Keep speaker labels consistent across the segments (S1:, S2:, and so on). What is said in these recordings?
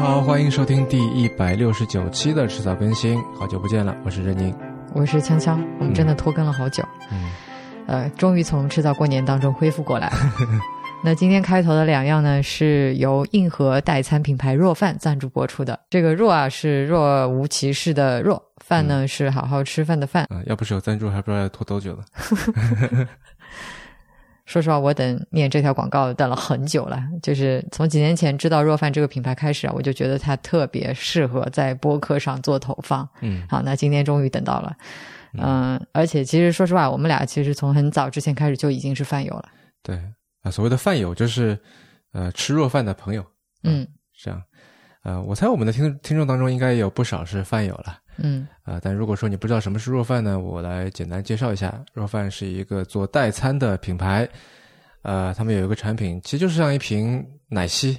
S1: 好，欢迎收听第一百六十九期的迟早更新，好久不见了，我是任宁。
S2: 我是锵锵，我们真的拖更了好久，
S1: 嗯，
S2: 呃，终于从迟早过年当中恢复过来。那今天开头的两样呢，是由硬核代餐品牌若饭赞助播出的。这个若啊是若无其事的若，饭呢是好好吃饭的饭。
S1: 啊、要不是有赞助，还不知道要拖多久了。
S2: 说实话，我等念这条广告等了很久了，就是从几年前知道若饭这个品牌开始啊，我就觉得它特别适合在播客上做投放。
S1: 嗯
S2: 好，那今天终于等到了。嗯，而且其实说实话，我们俩其实从很早之前开始就已经是饭友了。
S1: 对啊，所谓的饭友就是呃吃弱饭的朋友，
S2: 嗯
S1: 这样。呃，我猜我们的听听众当中应该有不少是饭友了。
S2: 嗯
S1: 啊、但如果说你不知道什么是若饭呢，我来简单介绍一下。若饭是一个做代餐的品牌，呃，他们有一个产品，其实就是像一瓶奶昔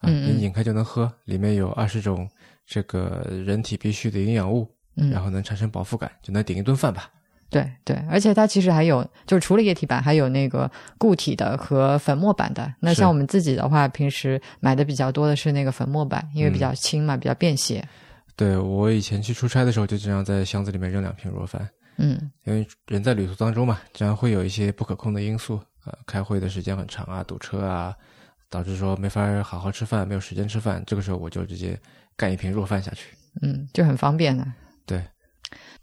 S1: 啊，
S2: 嗯嗯
S1: 你拧开就能喝，里面有二十种这个人体必需的营养物，
S2: 嗯，
S1: 然后能产生饱腹感，就能顶一顿饭吧。
S2: 对对，而且它其实还有，就是除了液体版，还有那个固体的和粉末版的。那
S1: 是
S2: 像我们自己的话，平时买的比较多的是那个粉末版，因为
S1: 嗯
S2: 比较轻嘛，比较便携。
S1: 对我以前去出差的时候，就经常在箱子里面扔两瓶若饭，
S2: 嗯
S1: 因为人在旅途当中嘛，经常会有一些不可控的因素，呃，开会的时间很长啊，堵车啊，导致说没法好好吃饭，没有时间吃饭。这个时候我就直接干一瓶弱饭下去。
S2: 嗯，就很方便的、
S1: 对，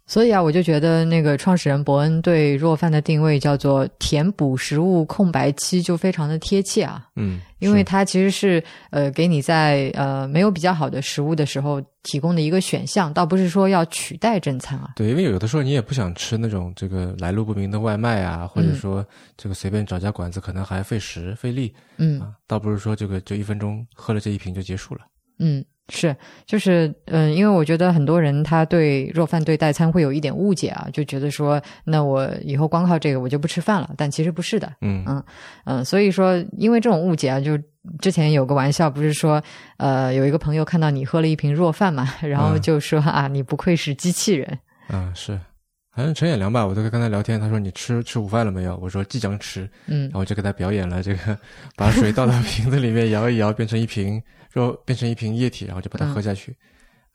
S2: 所以啊，我就觉得那个创始人伯恩对若饭的定位叫做填补食物空白期，就非常的贴切啊。
S1: 嗯，
S2: 因为
S1: 是
S2: 它其实是呃给你在呃没有比较好的食物的时候提供的一个选项，倒不是说要取代正餐啊。
S1: 对，因为有的时候你也不想吃那种这个来路不明的外卖啊，或
S2: 嗯
S1: 者说这个随便找家馆子可能还费时费力
S2: 嗯
S1: 啊，倒不如说这个就一分钟喝了这一瓶就结束了。
S2: 嗯，是就是嗯、因为我觉得很多人他对若饭对代餐会有一点误解啊，就觉得说那我以后光靠这个我就不吃饭了，但其实不是的。
S1: 嗯
S2: 嗯嗯，所以说，因为这种误解啊，就之前有个玩笑，不是说，呃，有一个朋友看到你喝了一瓶若饭嘛，然后
S1: 嗯
S2: 就说、啊，你不愧是机器人，
S1: 啊，是，好像陈远良吧，我在跟他聊天，他说你吃吃午饭了没有？我说即将吃。
S2: 嗯
S1: 然，后我就给他表演了这个，把水倒到瓶子里面摇一摇，变成一瓶肉，变成一瓶液体，然后就把它喝下去。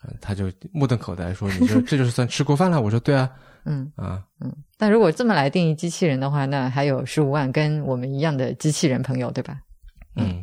S1: 嗯、他就目瞪口呆说：“你说这就是算吃过饭了？”我说：“对啊，
S2: 嗯
S1: 啊，
S2: 但如果这么来定义机器人的话，那还有十五万跟我们一样的机器人朋友，对吧？
S1: 嗯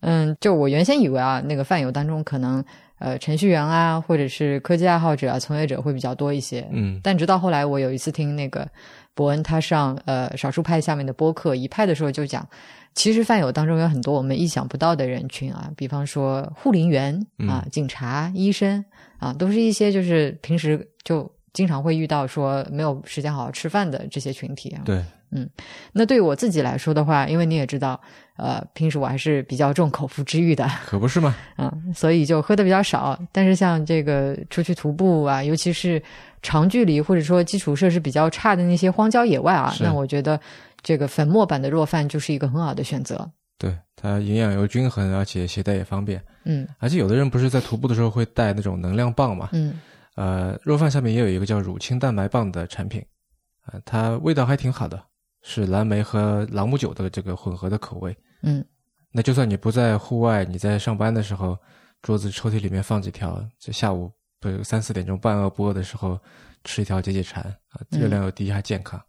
S2: 嗯，就我原先以为啊，那个饭友当中可能呃程序员啊，或者是科技爱好者啊、从业者会比较多一些。
S1: 嗯
S2: 但直到后来，我有一次听那个伯恩他上呃少数派下面的播客一派的时候，就讲，其实饭友当中有很多我们意想不到的人群啊，比方说护林员
S1: 嗯
S2: 啊、警察、医生啊，都是一些就是平时就经常会遇到说没有时间好好吃饭的这些群体啊。
S1: 嗯对，
S2: 那对我自己来说的话，因为你也知道，呃，平时我还是比较重口腹之欲的，
S1: 可不是嘛。
S2: 嗯，所以就喝的比较少。但是像这个出去徒步啊，尤其是长距离或者说基础设施比较差的那些荒郊野外啊，
S1: 是
S2: 那我觉得这个粉末版的弱饭就是一个很好的选择。
S1: 对，它营养又均衡，而且携带也方便。
S2: 嗯
S1: 而且有的人不是在徒步的时候会带那种能量棒嘛？
S2: 嗯
S1: 呃，肉饭下面也有一个叫乳清蛋白棒的产品，啊、它味道还挺好的，是蓝莓和朗姆酒的这个混合的口味。
S2: 嗯，
S1: 那就算你不在户外，你在上班的时候，桌子抽屉里面放几条，这下午不是三四点钟半饿不饿的时候吃一条解解馋啊，
S2: 嗯
S1: 热量又低还健康。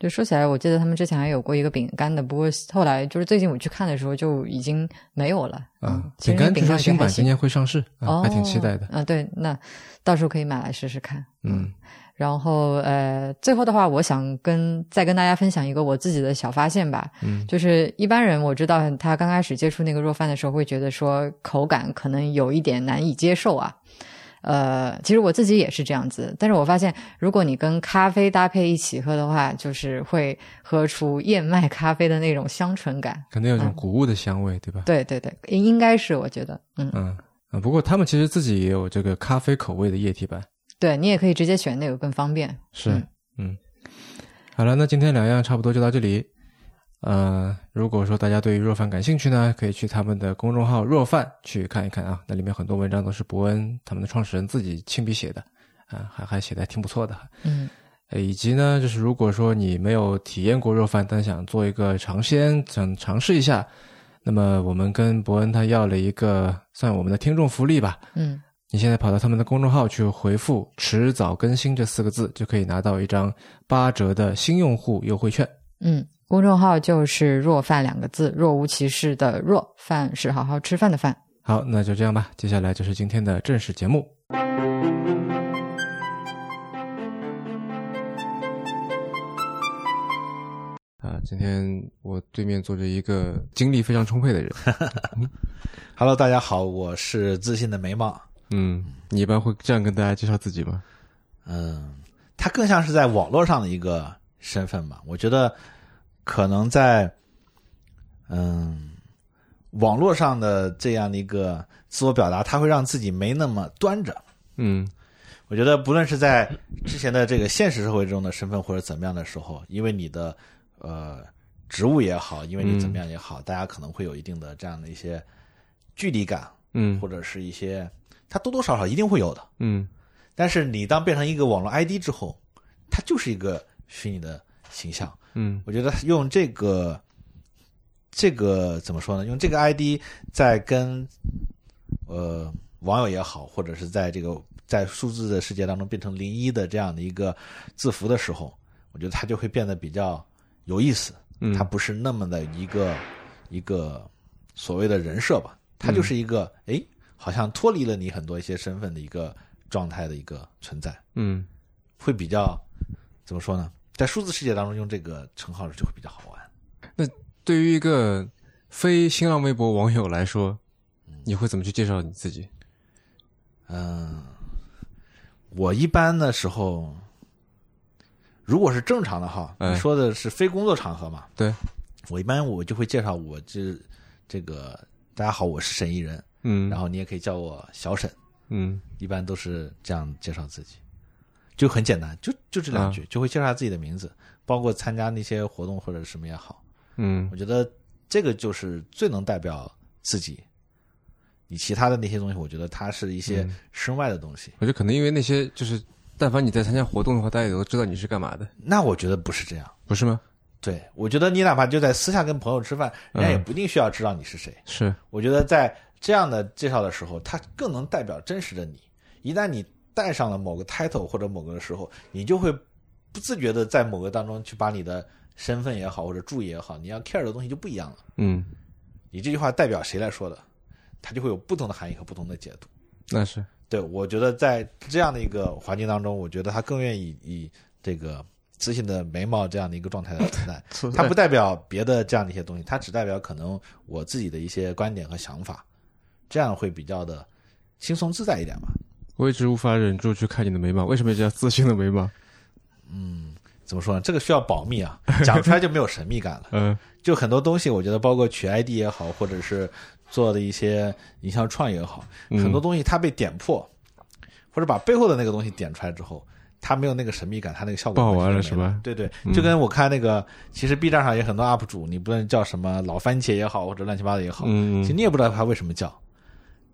S2: 就说起来，我记得他们之前还有过一个饼干的，不过后来就是最近我去看的时候就已经没有了。嗯
S1: 啊，
S2: 其实
S1: 饼
S2: 那
S1: 干
S2: 饼
S1: 据说
S2: 干
S1: 新
S2: 也还
S1: 版今
S2: 行。
S1: 年会上市，啊
S2: 哦，
S1: 还挺期待的。
S2: 啊，对，那到时候可以买来试试看。
S1: 嗯
S2: 哦然后呃，最后的话，我想跟再跟大家分享一个我自己的小发现吧，
S1: 嗯
S2: 就是一般人我知道他刚开始接触那个若饭的时候，会觉得说口感可能有一点难以接受啊。呃，其实我自己也是这样子，但是我发现，如果你跟咖啡搭配一起喝的话，就是会喝出燕麦咖啡的那种香醇感。
S1: 可能有种
S2: 嗯
S1: 谷物的香味，对吧？
S2: 对对对，应该是我觉得，嗯，
S1: 嗯啊，不过他们其实自己也有这个咖啡口味的液体版。
S2: 对你也可以直接选那个更方便。
S1: 是
S2: 嗯，
S1: 嗯，好了，那今天两样差不多就到这里。呃，如果说大家对于若饭感兴趣呢，可以去他们的公众号“若饭”去看一看啊，那里面很多文章都是伯恩他们的创始人自己亲笔写的啊，还还写的还挺不错的。
S2: 嗯
S1: 呃以及呢，就是如果说你没有体验过若饭，但想做一个尝鲜，想尝试一下，那么我们跟伯恩他要了一个算我们的听众福利吧。
S2: 嗯，
S1: 你现在跑到他们的公众号去回复“迟早更新”这四个字，就可以拿到一张八折的新用户优惠券。
S2: 嗯，公众号就是“若饭”两个字，若无其事的若饭是好好吃饭的饭。
S1: 好，那就这样吧。接下来就是今天的正式节目。啊，今天我对面坐着一个精力非常充沛的 人。
S3: Hello，大家好，我是自信的眉毛。
S1: 嗯，你一般会这样跟大家介绍自己吗？
S3: 嗯，他更像是在网络上的一个身份吧。我觉得可能在嗯网络上的这样的一个自我表达，他会让自己没那么端着。
S1: 嗯
S3: 我觉得不论是在之前的这个现实社会中的身份或者怎么样的时候，因为你的呃职务也好，因为你怎么样也好，大家可能会有一定的这样的一些距离感，
S1: 嗯
S3: 或者是一些他多多少少一定会有的。
S1: 嗯
S3: 但是你当变成一个网络 ID 之后，它就是一个虚拟的形象。
S1: 嗯
S3: 我觉得用这个这个怎么说呢？用这个 ID 在跟呃网友也好，或者是在这个在数字的世界当中变成零一的这样的一个字符的时候，我觉得它就会变得比较有意思。
S1: 嗯，
S3: 它不是那么的一个一个所谓的人设吧，它
S1: 嗯
S3: 就是一个哎、诶好像脱离了你很多一些身份的一个状态的一个存在，
S1: 嗯
S3: 会比较怎么说呢？在数字世界当中用这个称号就会比较好玩。
S1: 对于一个非新浪微博网友来说，你会怎么去介绍你自己？
S3: 嗯，我一般的时候，如果是正常的哈，
S1: 哎
S3: 你说的是非工作场合嘛？
S1: 对，
S3: 我一般我就会介绍我这这个大家好，我是沈一人，
S1: 嗯，
S3: 然
S1: 后
S3: 后你也可以叫我小沈。
S1: 嗯
S3: 一般都是这样介绍自己，就很简单，就就这两句，就会介绍下自己的名字，包括参加那些活动或者什么也好。
S1: 嗯
S3: 我觉得这个就是最能代表自己。你其他的那些东西，我觉得它是一些身外的东西。
S1: 我觉得可能因为那些就是，但凡你在参加活动的话，大家也都知道你是干嘛的，
S3: 那我觉得不是这样。
S1: 不是吗？
S3: 对，我觉得你哪怕就在私下跟朋友吃饭，人家也
S1: 嗯
S3: 不一定需要知道你是谁。
S1: 是，
S3: 我觉得在这样的介绍的时候，它更能代表真实的你。一旦你带上了某个 title 或者某个的时候，你就会不自觉的在某个当中去把你的身份也好，或者注意也好，你要 care 的东西就不一样了。
S1: 嗯，
S3: 你这句话代表谁来说的，它就会有不同的含义和不同的解读。
S1: 那是，
S3: 对我觉得在这样的一个环境当中，我觉得他更愿意以这个自信的眉毛这样的一个状态来存在。它不代表别的这样的一些东西，它只代表可能我自己的一些观点和想法，这样会比较的轻松自在一点吧。
S1: 我一直无法忍住去看你的眉毛，为什么叫自信的眉毛？
S3: 怎么说呢？这个需要保密啊，讲出来就没有神秘感了。
S1: 嗯
S3: 就很多东西，我觉得包括取 ID 也好，或者是做的一些营销创业也好，
S1: 嗯
S3: 很多东西它被点破，或者把背后的那个东西点出来之后，它没有那个神秘感，它那个效果
S1: 不好玩了
S3: 完全没
S1: 是吧
S3: 对对
S1: 嗯，
S3: 就跟我看那个，其实 B 站上也很多 UP 主，你不论叫什么老番茄也好，或者乱七八糟也好，
S1: 嗯
S3: 其实你也不知道他为什么叫。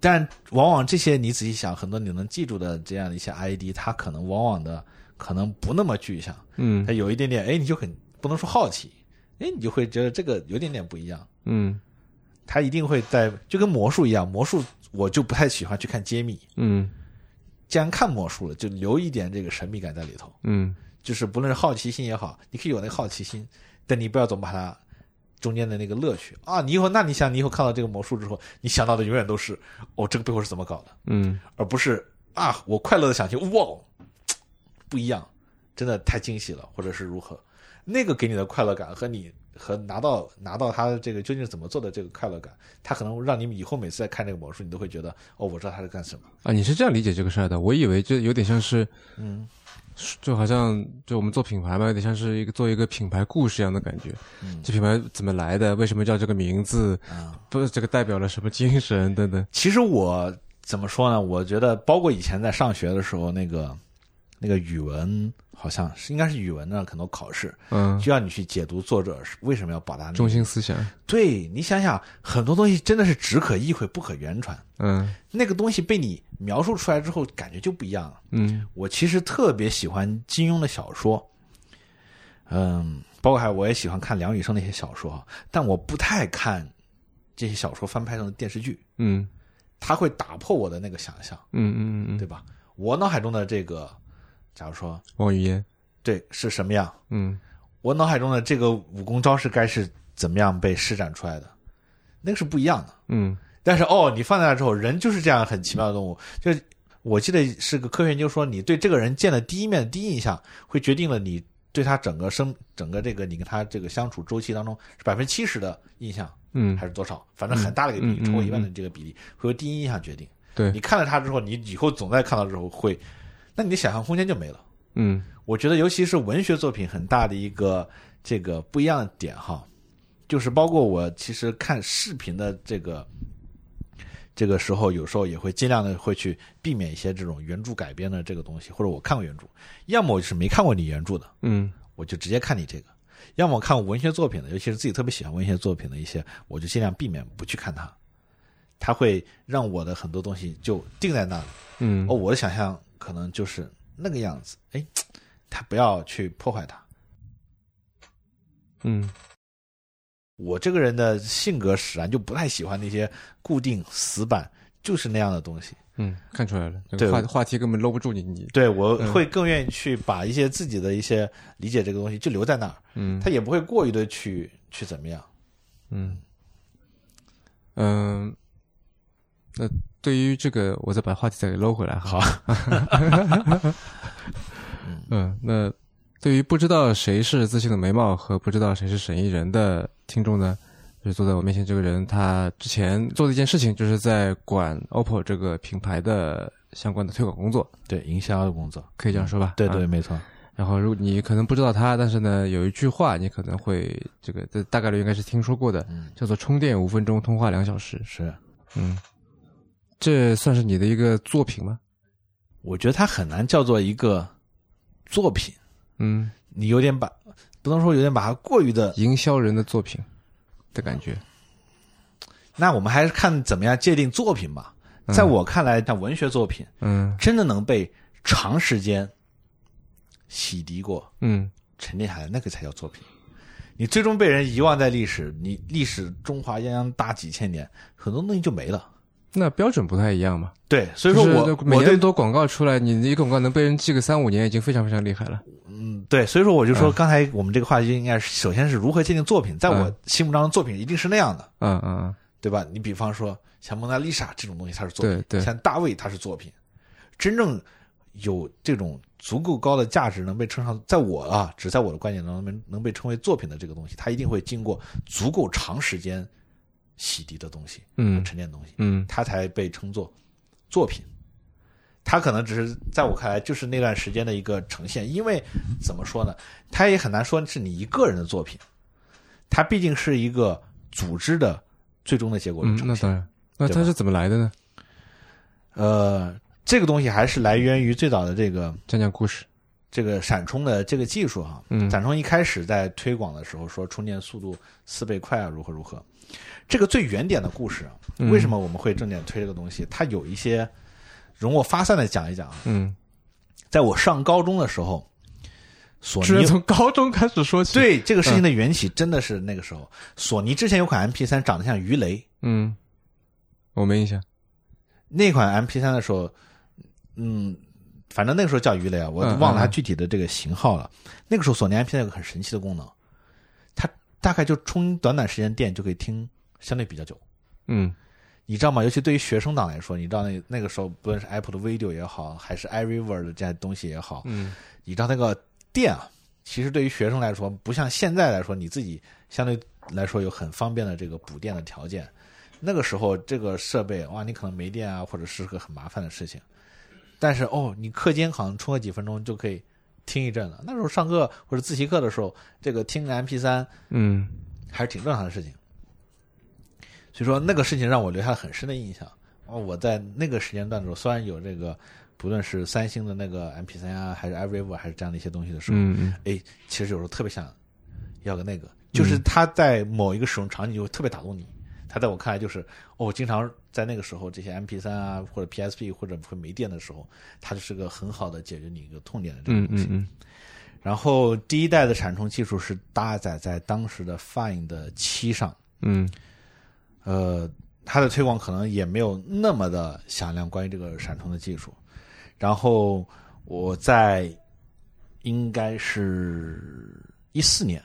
S3: 但往往这些你仔细想，很多你能记住的这样的一些 ID，它可能往往的可能不那么具象，
S1: 嗯
S3: 它有一点点，哎，你就很不能说好奇，哎，你就会觉得这个有点点不一样。
S1: 嗯
S3: 它一定会在就跟魔术一样，魔术我就不太喜欢去看揭秘。
S1: 嗯
S3: 既然看魔术了，就留一点这个神秘感在里头，
S1: 嗯
S3: 就是不论是好奇心也好，你可以有那个好奇心，但你不要总把它中间的那个乐趣啊，你以后那你想，你以后看到这个魔术之后，你想到的永远都是哦，这个背后是怎么搞的，
S1: 嗯
S3: 而不是啊，我快乐的想去哇，哦不一样，真的太惊喜了，或者是如何，那个给你的快乐感和你和拿到拿到它的这个究竟是怎么做的这个快乐感，它可能让你以后每次在看这个魔术，你都会觉得哦，我知道它是干什么。
S1: 啊，你是这样理解这个事儿的？我以为就有点像是，
S3: 嗯，
S1: 就好像就我们做品牌嘛，有点像是一个做一个品牌故事一样的感觉。
S3: 嗯
S1: 这品牌怎么来的？为什么叫这个名字？
S3: 啊
S1: 不是这个代表了什么精神等等。
S3: 其实我怎么说呢？我觉得包括以前在上学的时候，那个那个语文好像是应该是语文的很多考试，
S1: 嗯，
S3: 就让你去解读作者是为什么要表达那个
S1: 中心思想。
S3: 对你想想，很多东西真的是只可意会不可言传。
S1: 嗯
S3: 那个东西被你描述出来之后，感觉就不一样了。
S1: 嗯
S3: 我其实特别喜欢金庸的小说，嗯，包括还我也喜欢看梁羽生那些小说，但我不太看这些小说翻拍成电视剧，
S1: 嗯
S3: 它会打破我的那个想象，
S1: 嗯嗯嗯
S3: 对
S1: 嗯，
S3: 吧？我脑海中的这个，假如说
S1: 王语嫣，
S3: 对是什么样，
S1: 嗯
S3: 我脑海中的这个武功招式该是怎么样被施展出来的，那个是不一样的。
S1: 嗯
S3: 但是哦，你放在那之后，人就是这样很奇妙的动物。就是我记得是个科学研究说，你对这个人见的第一面、第一印象，会决定了你对他整个生、整个这个你跟他这个相处周期当中是百分之七十的印象
S1: 嗯
S3: 还，是多少，反正很大的一个比例，
S1: 嗯嗯
S3: 超过一半的这个比例，会由第一印象决定。
S1: 对
S3: 你，看了他之后，你以后总在看到之后会，那你的想象空间就没了。
S1: 嗯
S3: 我觉得尤其是文学作品很大的一个这个不一样的点哈，就是包括我其实看视频的这个这个时候，有时候也会尽量的会去避免一些这种原著改编的这个东西，或者我看过原著，要么我是没看过你原著的，
S1: 嗯
S3: 我就直接看你这个；要么我看文学作品的，尤其是自己特别喜欢文学作品的一些，我就尽量避免不去看它，它会让我的很多东西就定在那里。
S1: 嗯
S3: 哦，，我的想象可能就是那个样子。哎，他不要去破坏它。
S1: 嗯
S3: 我这个人的性格使然就不太喜欢那些固定死板，就是那样的东西。
S1: 嗯，看出来了，这
S3: 对
S1: 个话话题根本搂不住你，你
S3: 对我会更愿意去把一些自己的一些理解这个东西就留在那儿，
S1: 嗯
S3: 他也不会过于的去去怎么样。
S1: 嗯嗯，那对于这个，我再把话题再给搂回来哈。
S3: 好，
S1: 嗯，那对于不知道谁是自信的眉毛和不知道谁是沈艺人的听众呢，就是坐在我面前这个人，他之前做的一件事情，就是在管 OPPO 这个品牌的相关的推广工作，
S3: 对营销的工作，
S1: 可以这样说吧？
S3: 嗯对
S1: 啊
S3: 对，没错。
S1: 然后，如果你可能不知道它，但是呢，有一句话你可能会这个这大概率应该是听说过的，
S3: 嗯，
S1: 叫做“充电五分钟，通话两小时
S3: 是，”。
S1: 嗯，这算是你的一个作品吗？
S3: 我觉得它很难叫做一个作品，
S1: 嗯，
S3: 你有点把不能说有点把它过于的
S1: 营销人的作品的感觉。
S3: 那我们还是看怎么样界定作品吧。
S1: 嗯
S3: 在我看来，像文学作品
S1: 嗯
S3: 真的能被长时间洗涤过、
S1: 嗯
S3: 沉淀下来，那个才叫作品。你最终被人遗忘在历史，你历史中华泱泱大几千年，很多东西就没了。
S1: 那标准不太一样嘛。
S3: 对，所以说我
S1: 就是每年那
S3: 我
S1: 么
S3: 对
S1: 多广告出来，你一个广告能被人记个三五年，已经非常非常厉害了。
S3: 嗯对，所以说我就说刚才我们这个话题应该是首先是如何界定作品，在我
S1: 嗯
S3: 心目当中作品一定是那样的，
S1: 嗯嗯嗯，
S3: 对吧？你比方说像蒙娜丽莎这种东西，它是作品。
S1: 对对，
S3: 像大卫他是作品，真正有这种足够高的价值，能被称上，在我啊，只在我的观点当中能能被称为作品的这个东西，它一定会经过足够长时间洗涤的东西、
S1: 嗯
S3: 沉淀的东西，
S1: 嗯
S3: 它才被称作作品。它可能只是在我看来，就是那段时间的一个呈现，因为怎么说呢，它也很难说是你一个人的作品，它毕竟是一个组织的最终的结果的
S1: 嗯，
S3: 呈
S1: 那
S3: 现
S1: 当。然。那
S3: 对
S1: 它
S3: 吧
S1: 是怎么来的呢？
S3: 呃，这个东西还是来源于最早的这个
S1: 讲讲故事。
S3: 这个闪充的这个技术哈、
S1: 嗯
S3: 闪充一开始在推广的时候说充电速度四倍快啊，如何如何。这个最原点的故事啊，
S1: 嗯
S3: 为什么我们会重点推这个东西？它有一些容我发散的讲一讲啊。
S1: 嗯，
S3: 在我上高中的时候，索
S1: 居
S3: 尼
S1: 然从高中开始说起。，
S3: 对这个
S1: 嗯
S3: 事情的缘起真的是那个时候，索尼之前有款 MP 三长得像鱼雷，
S1: 嗯，我没印象。
S3: 那款 MP 三的时候，嗯，反正那个时候叫鱼雷啊，我
S1: 嗯
S3: 忘了它
S1: 嗯嗯
S3: 具体的这个型号了。那个时候索尼 MP 三有个很神奇的功能，它大概就充短短时间电就可以听相对比较久，
S1: 嗯
S3: 你知道吗？尤其对于学生党来说，你知道那那个时候不论是 Apple 的 Video 也好，还是 iRiver 的这些东西也好，
S1: 嗯
S3: 你知道那个电啊，其实对于学生来说，不像现在来说，你自己相对来说有很方便的这个补电的条件。那个时候，这个设备哇，你可能没电啊，或者是个很麻烦的事情。但是哦，你课间好像充个几分钟就可以听一阵了。那时候上课或者自习课的时候，这个听个 MP 三
S1: 嗯
S3: 还是挺正常的事情。所以说那个事情让我留下了很深的印象。哦，我在那个时间段的时候，虽然有这个不论是三星的那个 MP 三啊，还是 iRiver 还是这样的一些东西的时候，
S1: 嗯嗯
S3: 哎，其实有时候特别想要个那个，
S1: 嗯
S3: 就是它在某一个使用场景就会特别打动你。它在我看来就是，哦，我经常在那个时候，这些 MP 三啊，或者 PSP 或者会没电的时候，它就是个很好的解决你一个痛点的这个
S1: 嗯
S3: 东西。
S1: 嗯嗯
S3: 然后第一代的闪充技术是搭载在当时的 Fine 的七上，
S1: 嗯
S3: 呃，它的推广可能也没有那么的响亮，关于这个闪充的技术。然后我在应该是一四年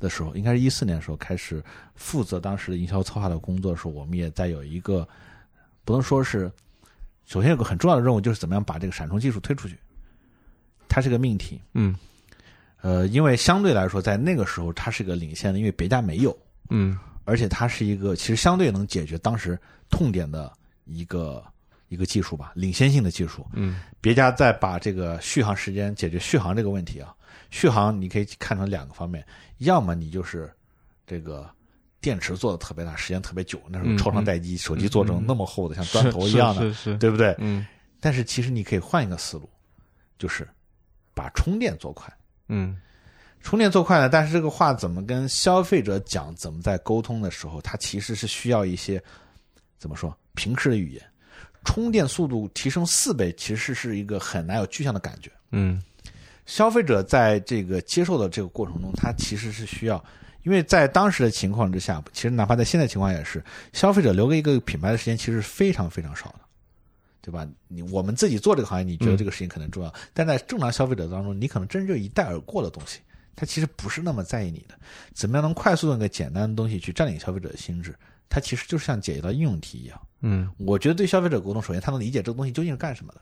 S3: 的时候，应该是一四年的时候开始负责当时的营销策划的工作的时候，我们也在有一个不能说是，首先有个很重要的任务就是怎么样把这个闪充技术推出去，它是个命题。
S1: 嗯
S3: 呃，因为相对来说，在那个时候它是个领先的，因为别家没有，
S1: 嗯
S3: 而且它是一个其实相对能解决当时痛点的一个一个技术吧，领先性的技术。
S1: 嗯
S3: 别家再把这个续航时间解决续航这个问题啊，续航你可以看成两个方面，要么你就是这个电池做的特别大，时间特别久，那时候
S1: 嗯
S3: 超长待机，手机做成那么厚的、像砖头一样的，
S1: 是是是，
S3: 对不对？
S1: 嗯
S3: 但是其实你可以换一个思路，就是把充电做快。
S1: 嗯
S3: 充电做快呢，但是这个话怎么跟消费者讲，怎么在沟通的时候，它其实是需要一些怎么说平时的语言。充电速度提升四倍，其实是一个很难有具象的感觉。
S1: 嗯
S3: 消费者在这个接受的这个过程中，他其实是需要，因为在当时的情况之下，其实哪怕在现在情况也是，消费者留给一个品牌的时间其实是非常非常少的，对吧？你我们自己做这个行业，你觉得这个事情可能重要，但在正常消费者当中，你可能真就一带而过的东西，他其实不是那么在意你的。怎么样能快速用一个简单的东西去占领消费者的心智？它其实就是像解决到应用题一样。
S1: 嗯
S3: 我觉得对消费者沟通，首先他能理解这个东西究竟是干什么的，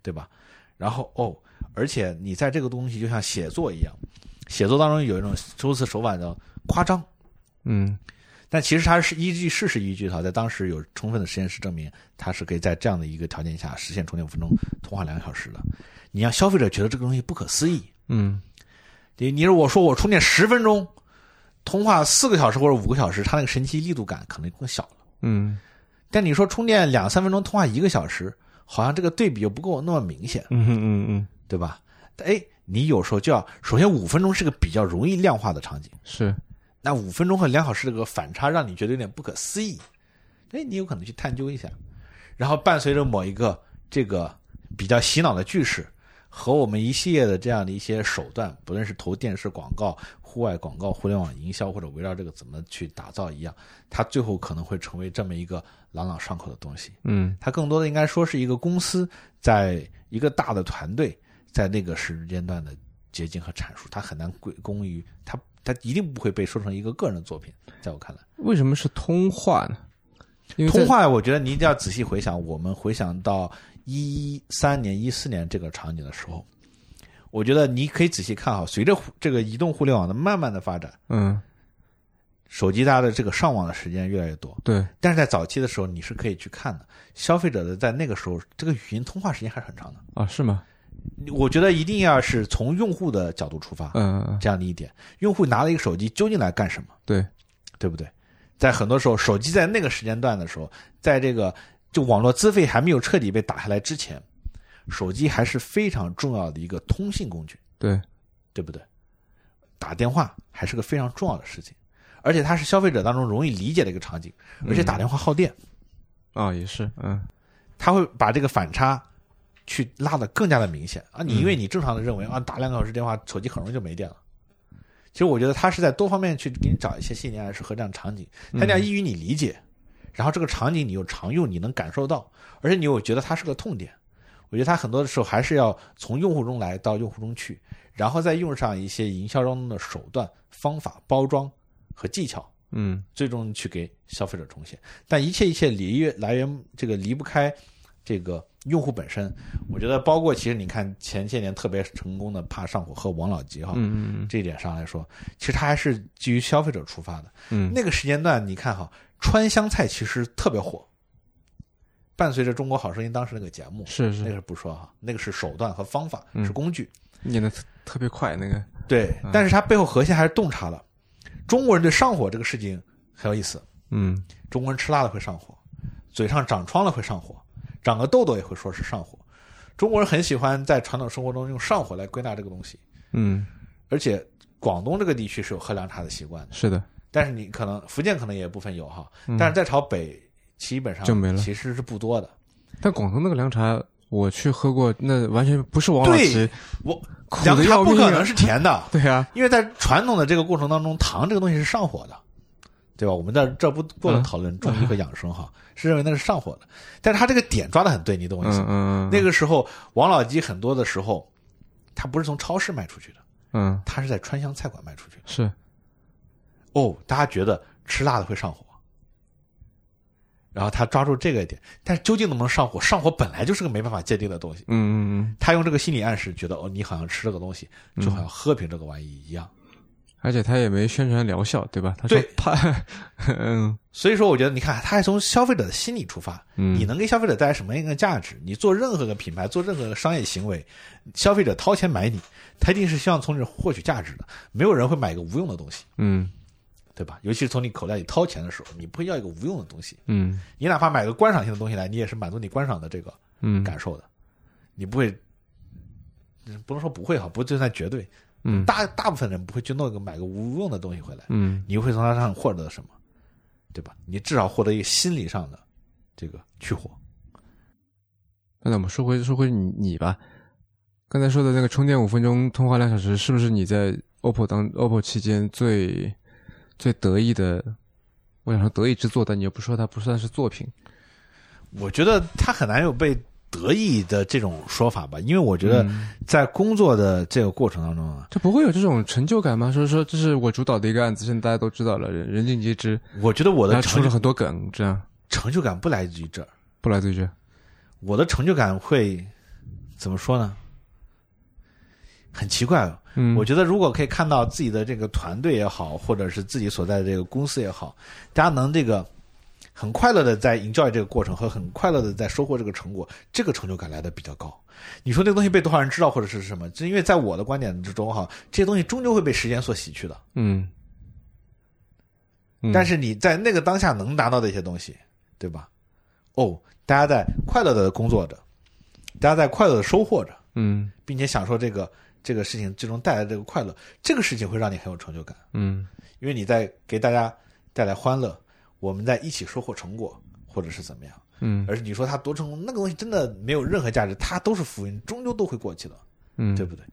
S3: 对吧？然后哦，而且你在这个东西就像写作一样，写作当中有一种修辞手法叫夸张，
S1: 嗯
S3: 但其实它是依据事实依据的话，在当时有充分的实验室证明，它是可以在这样的一个条件下实现充电五分钟、通话两个小时的。你让消费者觉得这个东西不可思议，
S1: 嗯
S3: 你你如果说我充电十分钟，通话四个小时或者五个小时，它那个神奇力度感可能更小了。
S1: 嗯
S3: 但你说充电两三分钟，通话一个小时，好像这个对比又不够那么明显，
S1: 嗯嗯嗯，
S3: 对吧？哎，你有时候就要，首先五分钟是个比较容易量化的场景，
S1: 是
S3: 那五分钟和两小时这个反差让你觉得有点不可思议，哎，你有可能去探究一下，然后伴随着某一个这个比较洗脑的句式。和我们一系列的这样的一些手段，不论是投电视广告、户外广告、互联网营销，或者围绕这个怎么去打造一样，它最后可能会成为这么一个朗朗上口的东西。
S1: 嗯
S3: 它更多的应该说是一个公司在一个大的团队在那个时间段的结晶和阐述，它很难归功于它，它一定不会被说成一个个人的作品。在我看来，
S1: 为什么是通话呢？因为在
S3: 通话我觉得你一定要仔细回想，我们回想到一三年、一四年这个场景的时候，我觉得你可以仔细看好，随着互这个移动互联网的慢慢的发展，
S1: 嗯
S3: 手机大家的这个上网的时间越来越多，
S1: 对
S3: 但是在早期的时候你是可以去看的，消费者的在那个时候这个语音通话时间还是很长的。
S1: 啊是吗？
S3: 我觉得一定要是从用户的角度出发，
S1: 嗯嗯
S3: 这样的一点，用户拿了一个手机究竟来干什么，
S1: 对
S3: 对不对？在很多时候，手机在那个时间段的时候，在这个就网络资费还没有彻底被打下来之前，手机还是非常重要的一个通信工具，
S1: 对
S3: 对不对？打电话还是个非常重要的事情，而且它是消费者当中容易理解的一个场景，而且打电话耗电，
S1: 啊也是嗯
S3: 他会把这个反差去拉得更加的明显啊！你因为你正常的认为啊，打两个小时电话，手机很容易就没电了。其实我觉得他是在多方面去给你找一些吸引力暗示和这样的场景，他这样易于你理解，然后这个场景你又常用，你能感受到，而且你又觉得它是个痛点。我觉得它很多的时候还是要从用户中来到用户中去，然后再用上一些营销中的手段、方法、包装和技巧，
S1: 嗯
S3: 最终去给消费者重现。但一切一切离越来源这个离不开这个用户本身。我觉得包括其实你看前些年特别成功的《怕上火》和《王老吉》哈，
S1: 嗯嗯
S3: 这一点上来说，其实它还是基于消费者出发的。
S1: 嗯
S3: 那个时间段你看哈，川湘菜其实特别火，伴随着《中国好声音》当时那个节目。
S1: 是
S3: 那
S1: 是
S3: 个不说哈，那个是手段和方法，
S1: 嗯
S3: 是工具。
S1: 念的特别快那个
S3: 对，但是它背后核心还是洞察了中国人对上火这个事情很有意思。
S1: 嗯
S3: 中国人吃辣的会上火，嘴上长疮了会上火，长个痘痘也会说是上火。中国人很喜欢在传统生活中用上火来归纳这个东西，
S1: 嗯
S3: 而且广东这个地区是有喝凉茶的习惯的，
S1: 是的
S3: 但是你可能福建可能也部分有哈，
S1: 嗯
S3: 但是在朝北基本上
S1: 就没了
S3: 其实是不多的。
S1: 但广东那个凉茶我去喝过，那完全不是王老吉，
S3: 我
S1: 苦
S3: 凉
S1: 的
S3: 茶
S1: 要
S3: 不
S1: 命
S3: 可
S1: 啊
S3: 能是甜的
S1: ，对啊，
S3: 因为在传统的这个过程当中，糖这个东西是上火的，对吧？我们在这不过了
S1: 嗯
S3: 讨论中医和养生哈，是认为那是上火的，但是他这个点抓的很对，你懂我意思
S1: 嗯
S3: 吗？
S1: 嗯，
S3: 那个时候王老吉很多的时候，他不是从超市卖出去的，
S1: 嗯
S3: 他是在川湘菜馆卖出去的。
S1: 是
S3: 哦，大家觉得吃辣的会上火，然后他抓住这个一点，但是究竟能不能上火？上火本来就是个没办法界定的东西。
S1: 嗯嗯嗯，
S3: 他用这个心理暗示，觉得哦，你好像吃这个东西，就好像喝瓶这个玩意一样。
S1: 而且他也没宣传疗效，对吧？他说
S3: 对
S1: 怕，嗯
S3: 所以说，我觉得你看，他还从消费者的心理出发，
S1: 嗯，
S3: 你能给消费者带来什么样的价值？你做任何个品牌，做任何个商业行为，消费者掏钱买你，他一定是希望从你这获取价值的。没有人会买一个无用的东西，
S1: 嗯
S3: 对吧？尤其是从你口袋里掏钱的时候，你不会要一个无用的东西。
S1: 嗯
S3: 你哪怕买个观赏性的东西来，你也是满足你观赏的这个
S1: 嗯
S3: 感受的，你不会，嗯不能说不会哈，不就算绝对，
S1: 嗯
S3: 大大部分人不会去弄一个买个无用的东西回来，
S1: 嗯
S3: 你会从它上获得什么，对吧？你至少获得一个心理上的这个去火。
S1: 那我们说回说回你你吧，刚才说的那个充电五分钟，通话两小时，是不是你在 OPPO 当 OPPO 期间最最得意的？我想说得意之作，但你又不说它不算是作品。
S3: 我觉得它很难有被得意的这种说法吧，因为我觉得
S1: 嗯
S3: 在工作的这个过程当中啊，
S1: 这不会有这种成就感吗？说说这是我主导的一个案子，现在大家都知道了，人人尽皆知，
S3: 我觉得我
S1: 然
S3: 的
S1: 后出
S3: 成
S1: 了
S3: 就
S1: 很多梗，这样
S3: 成就感不来自于这儿，
S1: 不来对决。
S3: 我的成就感会怎么说呢？很奇怪，啊
S1: 嗯，
S3: 我觉得如果可以看到自己的这个团队也好，或者是自己所在的这个公司也好，大家能这个很快乐的在 enjoy 这个过程和很快乐的在收获这个成果，这个成就感来的比较高。你说这个东西被多少人知道或者是什么？就因为在我的观点之中哈，这些东西终究会被时间所洗去的。
S1: 嗯，嗯
S3: 但是你在那个当下能拿到的一些东西，对吧？哦，大家在快乐的工作着，大家在快乐的收获着，
S1: 嗯
S3: 并且享受这个这个事情最终带来的这个快乐，这个事情会让你很有成就感。
S1: 嗯
S3: 因为你在给大家带来欢乐，我们在一起收获成果，或者是怎么样。
S1: 嗯
S3: 而你说它多成功，那个东西真的没有任何价值，它都是浮云，终究都会过去的，
S1: 嗯，
S3: 对不对？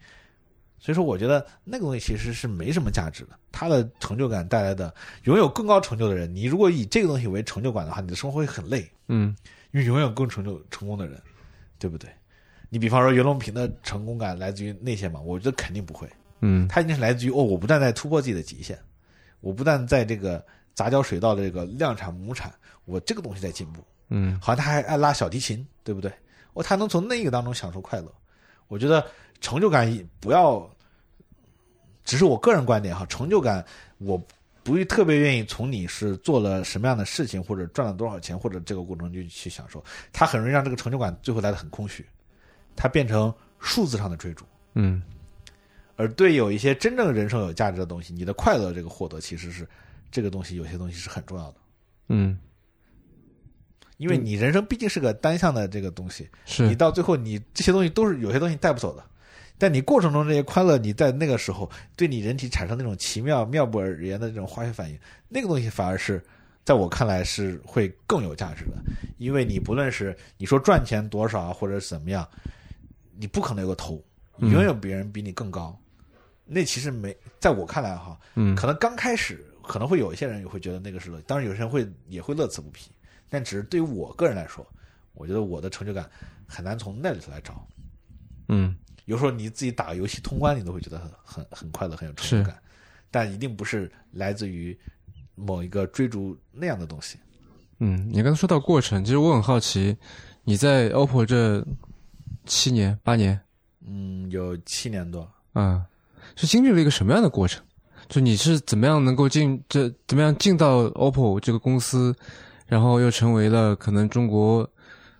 S3: 所以说，我觉得那个东西其实是没什么价值的。它的成就感带来的，拥有更高成就的人，你如果以这个东西为成就感的话，你的生活会很累，
S1: 嗯
S3: 因为永远有更成就成功的人，对不对？你比方说袁隆平的成功感来自于那些嘛，我觉得肯定不会。
S1: 嗯
S3: 它一定是来自于哦，我不断在突破自己的极限，我不断在这个杂交水稻的这个量产亩产，我这个东西在进步。
S1: 嗯
S3: 好像他还爱拉小提琴，对不对？哦，他能从那个当中享受快乐，我觉得成就感也不要，只是我个人观点哈，成就感我不是特别愿意从你是做了什么样的事情，或者赚了多少钱，或者这个过程中去享受，它很容易让这个成就感最后来的很空虚，它变成数字上的追逐。
S1: 嗯
S3: 而对有一些真正人生有价值的东西，你的快乐这个获得其实是这个东西，有些东西是很重要的，
S1: 嗯，
S3: 因为你人生毕竟是个单向的这个东西，你
S1: 是
S3: 到最后你这些东西都是有些东西带不走的，但你过程中这些快乐，你在那个时候对你人体产生那种奇妙妙不而言的这种化学反应，那个东西反而是。在我看来是会更有价值的，因为你不论是你说赚钱多少啊或者是怎么样，你不可能有个头，
S1: 嗯
S3: 永远有别人比你更高，那其实没，在我看来哈，
S1: 嗯
S3: 可能刚开始可能会有一些人也会觉得那个是乐，当然有些人会也会乐此不疲，但只是对于我个人来说，我觉得我的成就感很难从那里头来找。
S1: 嗯
S3: 有时候你自己打个游戏通关，你都会觉得很很很快乐，很有成就感，但一定不是来自于某一个追逐那样的东西。
S1: 嗯，你刚才说到过程，其实我很好奇，你在 OPPO 这七年八年
S3: 嗯，有七年多，
S1: 啊，是经历了一个什么样的过程？就你是怎么样能够进这怎么样进到 OPPO 这个公司，然后又成为了可能中国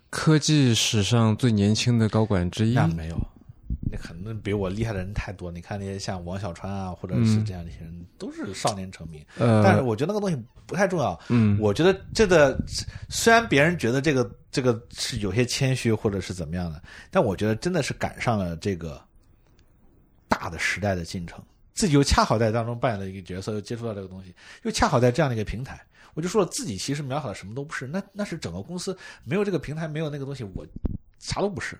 S1: 科技史上最年轻的高管之一？
S3: 那没有，那可能比我厉害的人太多。你看那些像王小川啊，或者是这样的一些人，都是少年成名。但是
S1: 呃，
S3: 我觉得那个东西不太重要，
S1: 嗯
S3: 我觉得这个虽然别人觉得这个这个是有些谦虚或者是怎么样的，但我觉得真的是赶上了这个大的时代的进程，自己又恰好在当中扮演了一个角色，又接触到这个东西，又恰好在这样的一个平台，我就说了自己其实渺小的什么都不是，那那是整个公司没有这个平台，没有那个东西，我啥都不是，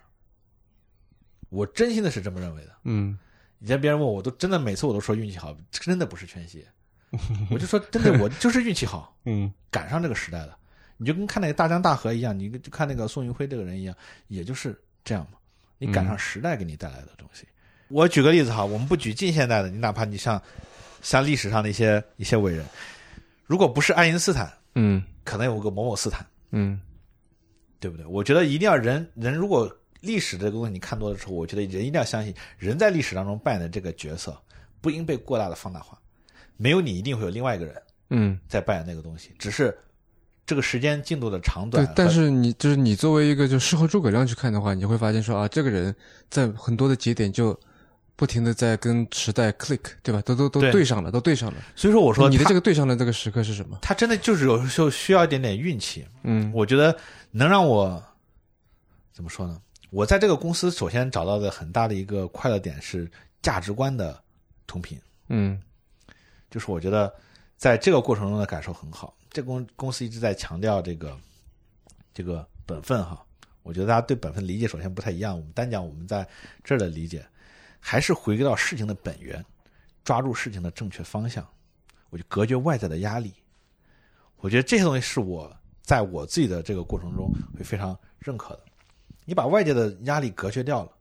S3: 我真心的是这么认为的。
S1: 嗯
S3: 以前别人问我，我都真的每次我都说运气好，真的不是全息，我就说真的，我就是运气好，
S1: 嗯
S3: 赶上这个时代了。你就跟看那个大江大河一样，你就看那个宋云辉这个人一样，也就是这样嘛。你赶上时代给你带来的东西。我举个例子哈，我们不举近现代的，你哪怕你像像历史上的一些一些伟人，如果不是爱因斯坦，
S1: 嗯
S3: 可能有个某某斯坦，
S1: 嗯
S3: 对不对？我觉得一定要人人如果历史这个东西你看多的时候，我觉得人一定要相信，人在历史当中扮演的这个角色不应被过大的放大化，没有你一定会有另外一个人
S1: 嗯，
S3: 在扮演那个东西，只是这个时间进度的长短
S1: 对
S3: 和。。
S1: 但是你就是你作为一个就事后诸葛亮去看的话，你会发现说啊，这个人在很多的节点就不停的在跟时代 click，对吧？都都都
S3: 对
S1: 对上了，都对上了。
S3: 所以说我说
S1: 你的
S3: 他
S1: 这个对上的这个时刻是什么？
S3: 他真的就是有时候需要一点点运气。
S1: 嗯
S3: 我觉得能让我怎么说呢？我在这个公司首先找到的很大的一个快乐点是价值观的同频，
S1: 嗯
S3: 就是我觉得在这个过程中的感受很好。这公公司一直在强调这个这个本分哈，我觉得大家对本分理解首先不太一样。我们单讲我们在这儿的理解，还是回归到事情的本源，抓住事情的正确方向，我就隔绝外在的压力。我觉得这些东西是我在我自己的这个过程中会非常认可的。你把外界的压力隔绝掉了，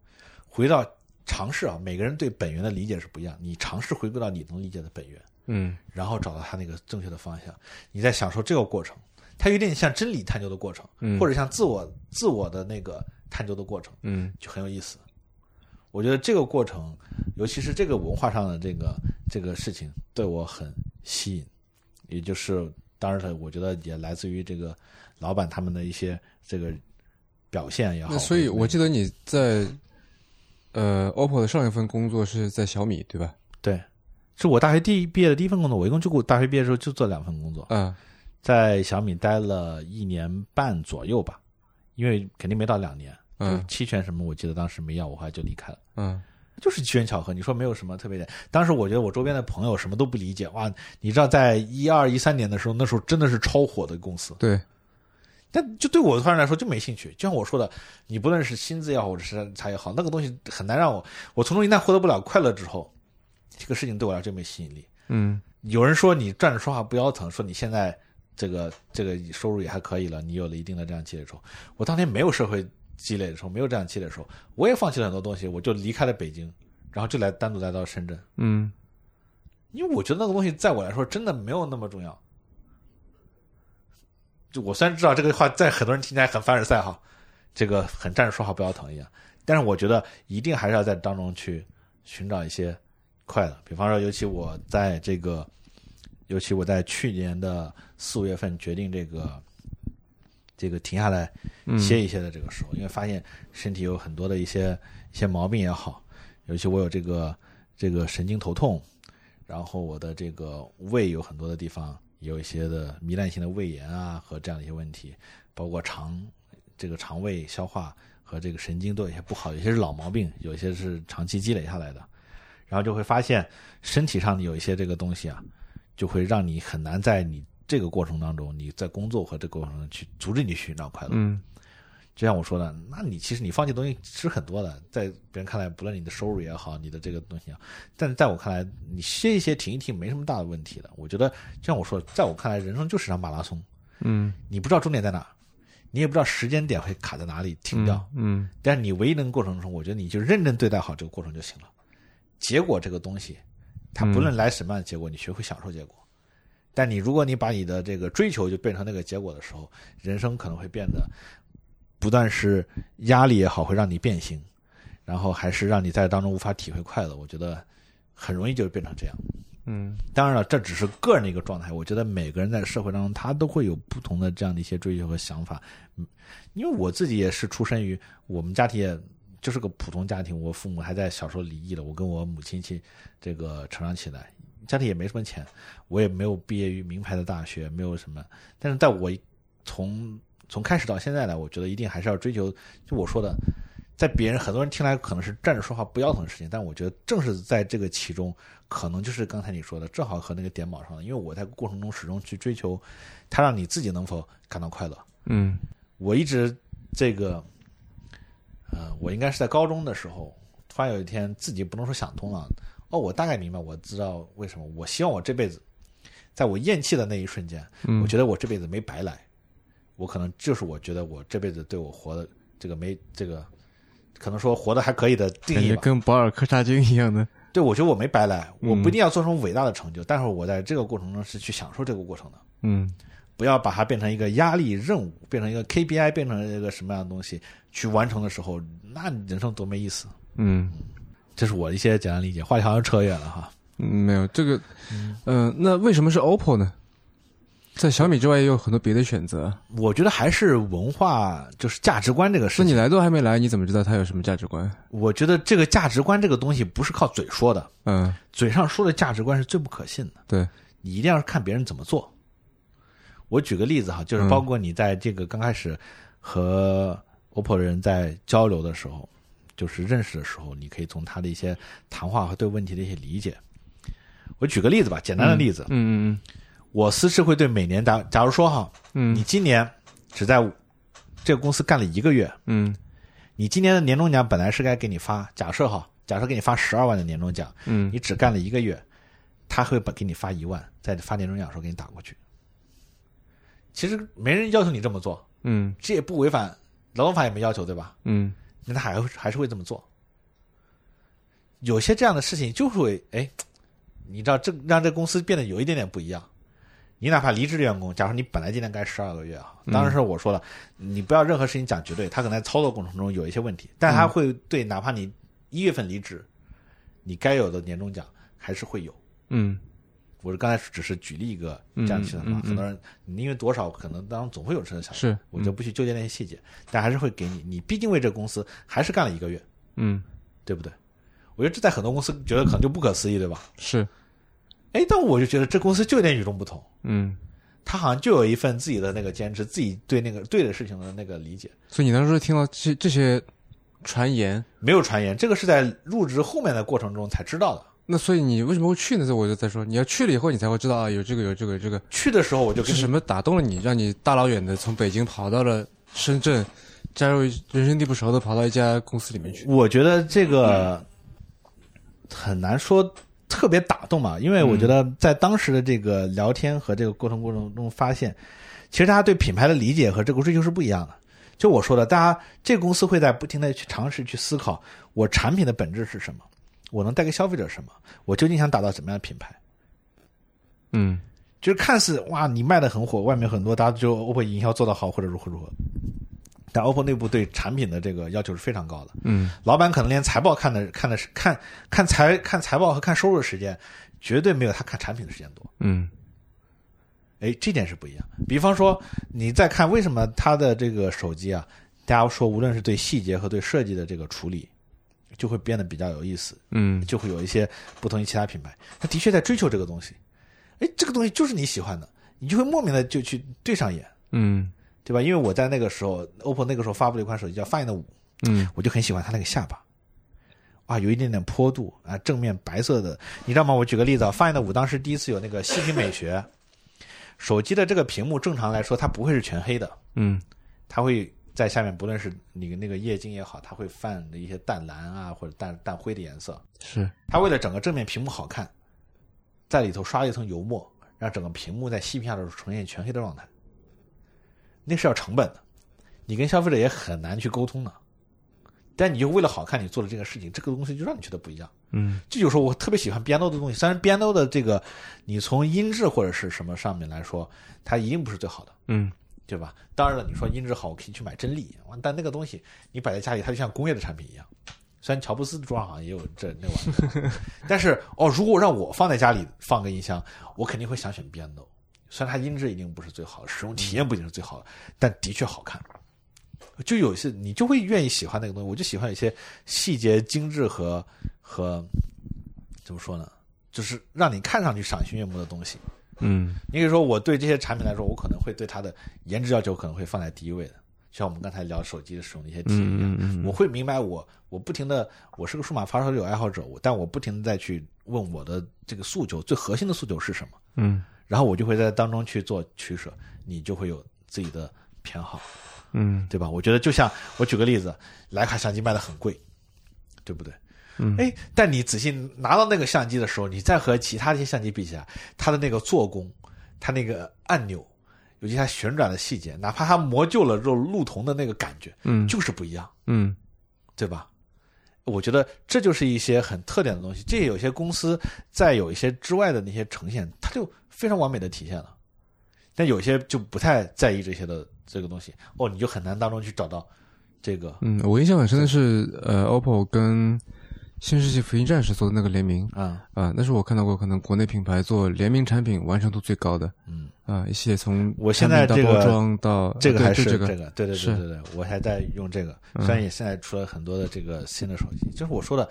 S3: 回到尝试啊，每个人对本源的理解是不一样。你尝试回归到你能理解的本源，
S1: 嗯
S3: 然后找到它那个正确的方向，你在享受这个过程，它有点像真理探究的过程，
S1: 嗯
S3: 或者像自我自我的那个探究的过程，
S1: 嗯
S3: 就很有意思。我觉得这个过程，尤其是这个文化上的这个这个事情，对我很吸引，也就是当然了，我觉得也来自于这个老板他们的一些这个表现也好。
S1: 那所以，我记得你在呃 OPPO 的上一份工作是在小米，对吧？
S3: 对，是我大学第一毕业的第一份工作，我一共就过大学毕业的时候就做两份工作，
S1: 啊，
S3: 在小米待了一年半左右吧，因为肯定没到两年，就是
S1: 嗯
S3: 期权什么，我记得当时没要，我后来就离开了。
S1: 嗯
S3: 就是机缘巧合，你说没有什么特别的。当时我觉得我周边的朋友什么都不理解，哇！你知道，在一二一三年的时候，那时候真的是超火的公司，
S1: 对，
S3: 但就对我突然来说就没兴趣。就像我说的，你不论是薪资也好，或者是啥也好，那个东西很难让我，我从中一旦获得不了快乐之后，这个事情对我来说就没吸引力。
S1: 嗯
S3: 有人说你站着说话不腰疼，说你现在这个这个收入也还可以了，你有了一定的这样积累之后，我当年没有社会积累的时候，没有这样积累的时候，我也放弃了很多东西，我就离开了北京，然后就来单独来到深圳，
S1: 嗯
S3: 因为我觉得那个东西在我来说真的没有那么重要。就我虽然知道这个话在很多人听起来很凡尔赛哈，这个很站着说话不腰疼一样，但是我觉得一定还是要在当中去寻找一些快乐。比方说，尤其我在这个，尤其我在去年的四五月份决定这个这个停下来
S1: 嗯，
S3: 歇一歇的这个时候，因为发现身体有很多的一些一些毛病也好，尤其我有这个这个神经头痛，然后我的这个胃有很多的地方有一些的糜烂性的胃炎啊和这样的一些问题，包括肠这个肠胃消化和这个神经都有一些不好，有些是老毛病，有些是长期积累下来的，然后就会发现身体上有一些这个东西啊，就会让你很难在你这个过程当中，你在工作和这个过程中去阻止你去寻找快乐。
S1: 嗯
S3: 就像我说的，那你其实你放弃的东西是很多的，在别人看来，不论你的收入也好，你的这个东西也好，但是在我看来，你歇一歇、停一停，没什么大的问题的。我觉得，就像我说的，在我看来，人生就是场马拉松，
S1: 嗯，
S3: 你不知道终点在哪儿，你也不知道时间点会卡在哪里停掉，
S1: 嗯
S3: 但是你唯一能过程中，我觉得你就认真对待好这个过程就行了。结果这个东西，它不论来什么样的结果，你学会享受结果。但你如果你把你的这个追求就变成那个结果的时候，人生可能会变得不但是压力也好，会让你变形，然后还是让你在当中无法体会快乐。我觉得很容易就变成这样。
S1: 嗯
S3: 当然了，这只是个人的一个状态。我觉得每个人在社会当中，他都会有不同的这样的一些追求和想法。嗯，因为我自己也是出身于我们家庭也就是个普通家庭，我父母还在小时候离异了，我跟我母亲去这个成长起来，家里也没什么钱，我也没有毕业于名牌的大学，没有什么。但是在我一从从开始到现在来，我觉得一定还是要追求，就我说的，在别人很多人听来可能是站着说话不腰疼的事情，但我觉得正是在这个其中，可能就是刚才你说的，正好和那个点卯上了。因为我在过程中始终去追求，它让你自己能否感到快乐。
S1: 嗯
S3: 我一直这个，呃，我应该是在高中的时候，突然有一天自己不能说想通了，哦，我大概明白，我知道为什么，我希望我这辈子在我咽气的那一瞬间，
S1: 嗯
S3: 我觉得我这辈子没白来，我可能就是我觉得我这辈子对我活的这个没这个，可能说活的还可以的定
S1: 感
S3: 义
S1: 觉
S3: 吧。
S1: 跟保尔柯察金一样的，
S3: 对，我觉得我没白来，我
S1: 嗯
S3: 不一定要做成伟大的成就，但是我在这个过程中是去享受这个过程的。
S1: 嗯
S3: 不要把它变成一个压力任务，变成一个 KPI，变成一个什么样的东西去完成的时候，那你人生多没意思。
S1: 嗯
S3: 这是我的一些简单理解，话题好像扯远了哈。
S1: 嗯，没有这个，嗯、那为什么是 OPPO 呢？在小米之外也有很多别的选择。啊
S3: 我觉得还是文化，就是价值观这个事
S1: 说你
S3: 情。
S1: 来都还没来，你怎么知道它有什么价值观？
S3: 我觉得这个价值观这个东西不是靠嘴说的，
S1: 嗯，
S3: 嘴上说的价值观是最不可信的。
S1: 对，
S3: 你一定要看别人怎么做。我举个例子哈，
S1: 嗯
S3: 就是包括你在这个刚开始和 OPPO 的人在交流的时候，就是认识的时候，你可以从他的一些谈话和对问题的一些理解。我举个例子吧，简单的例子，
S1: 嗯
S3: 我私事会对每年假假如说哈，
S1: 嗯
S3: 你今年只在这个公司干了一个月，
S1: 嗯
S3: 你今年的年终奖本来是该给你发，假设哈，假设给你发十二万的年终奖，
S1: 嗯
S3: 你只干了一个月，他会把给你发一万，在发年终奖的时候给你打过去。其实没人要求你这么做，
S1: 嗯
S3: 这也不违反劳动法也没要求，对吧？
S1: 嗯
S3: 那他还会还是会这么做。有些这样的事情就会哎，你知道这让这公司变得有一点点不一样。你哪怕离职的员工，假如你本来今年该十二个月啊，当然
S1: 嗯
S3: 是我说了，你不要任何事情讲绝对，他可能在操作过程中有一些问题，但
S1: 嗯
S3: 他会对哪怕你一月份离职，你该有的年终奖还是会有。
S1: 嗯
S3: 我是刚才只是举例一个这样的情
S1: 嗯嗯
S3: 况，
S1: 嗯嗯
S3: 很多人你因为多少可能当然总会有这种想法，
S1: 是，
S3: 我就不去纠结那些细节，但还是会给你，你毕竟为这个公司还是干了一个月，
S1: 嗯
S3: 对不对？我觉得这在很多公司觉得可能就不可思议，对吧？
S1: 是，
S3: 哎，但我就觉得这公司就有点与众不同，
S1: 嗯，
S3: 他好像就有一份自己的那个坚持，自己对那个对的事情的那个理解。
S1: 所以你当时听到这这些传言，
S3: 没有传言，这个是在入职后面的过程中才知道的。
S1: 那所以你为什么会去呢？这我就在说，你要去了以后，你才会知道啊，有这个有这个有这个，
S3: 去的时候我就跟
S1: 是
S3: 你
S1: 什么打动了你，让你大老远的从北京跑到了深圳，加入人生地不熟的跑到一家公司里面去？
S3: 我觉得这个很难说特别打动吧，因为我觉得在当时的这个聊天和这个过程过程中发现，其实大家对品牌的理解和这个追求是不一样的。就我说的，大家这个公司会在不停的去尝试去思考，我产品的本质是什么，我能带给消费者什么，我究竟想打造什么样的品牌。
S1: 嗯
S3: 就是看似哇，你卖的很火，外面很多大家就 OPPO 营销做得好或者如何如何，但 OPPO 内部对产品的这个要求是非常高的。
S1: 嗯，
S3: 老板可能连财报看的看的是看看财看财报和看收入的时间，绝对没有他看产品的时间多。
S1: 嗯
S3: 哎，这点是不一样。比方说，你再看为什么他的这个手机啊，大家说无论是对细节和对设计的这个处理，就会变得比较有意思，
S1: 嗯
S3: 就会有一些不同于其他品牌。他的确在追求这个东西，哎，这个东西就是你喜欢的，你就会莫名的就去对上眼，
S1: 嗯
S3: 对吧？因为我在那个时候，OPPO 那个时候发布了一款手机叫 Find 五，
S1: 嗯
S3: 我就很喜欢它那个下巴，啊，有一点点坡度啊，正面白色的，你知道吗？我举个例子啊，Find 五当时第一次有那个息屏美学，手机的这个屏幕正常来说它不会是全黑的，
S1: 嗯
S3: 它会在下面不论是你那个液晶也好，它会泛的一些淡蓝啊或者淡淡灰的颜色，
S1: 是，
S3: 它为了整个正面屏幕好看，在里头刷了一层油墨，让整个屏幕在熄屏下的时候呈现全黑的状态，那是要成本的，你跟消费者也很难去沟通的。但你就为了好看，你做了这个事情，这个东西就让你觉得不一样。
S1: 嗯
S3: 这就是我特别喜欢 B N O 的东西，虽然 B N O 的这个，你从音质或者是什么上面来说，它一定不是最好的，
S1: 嗯
S3: 对吧？当然了，你说音质好，我可以去买真力，哇但那个东西你摆在家里，它就像工业的产品一样。虽然乔布斯桌上好像也有这那玩意儿，但是哦，如果让我放在家里放个音箱，我肯定会想选 B N O。虽然它音质一定不是最好的，使用体验不一定是最好的，但的确好看。就有一些你就会愿意喜欢那个东西，我就喜欢有些细节精致和和怎么说呢，就是让你看上去赏心悦目的东西。
S1: 嗯
S3: 你可以说，我对这些产品来说，我可能会对它的颜值要求可能会放在第一位的。像我们刚才聊手机的使用的一些体验一样，
S1: 嗯
S3: 我会明白我我不停的，我是个数码发烧友爱好者，我但我不停的再去问我的这个诉求，最核心的诉求是什么，
S1: 嗯
S3: 然后我就会在当中去做取舍，你就会有自己的偏好。
S1: 嗯
S3: 对吧？我觉得就像我举个例子，徕卡相机卖的很贵，对不对？
S1: 嗯
S3: 哎，但你仔细拿到那个相机的时候，你再和其他这些相机比起来，它的那个做工、它那个按钮，尤其它旋转的细节，哪怕它磨旧了之后路童的那个感觉，
S1: 嗯
S3: 就是不一样，
S1: 嗯
S3: 对吧？我觉得这就是一些很特点的东西，这有些公司在有一些之外的那些呈现，它就非常完美的体现了。但有些就不太在意这些的这个东西，哦，你就很难当中去找到这个
S1: 嗯，我印象很深的是，呃，OPPO 跟《新世纪福音战士》做的那个联名
S3: 啊、
S1: 啊、那是我看到过可能国内品牌做联名产品完成度最高的
S3: 嗯，
S1: 啊、一系列从
S3: 我现在
S1: 产品到
S3: 这
S1: 包
S3: 个
S1: 装到呃
S3: 这个
S1: 对
S3: 还
S1: 对
S3: 是
S1: 这
S3: 个
S1: 个，
S3: 呃对对对
S1: 是嗯
S3: 对对，我还在用这个。虽然也现在出了很多的这个新的手机，就是我说的，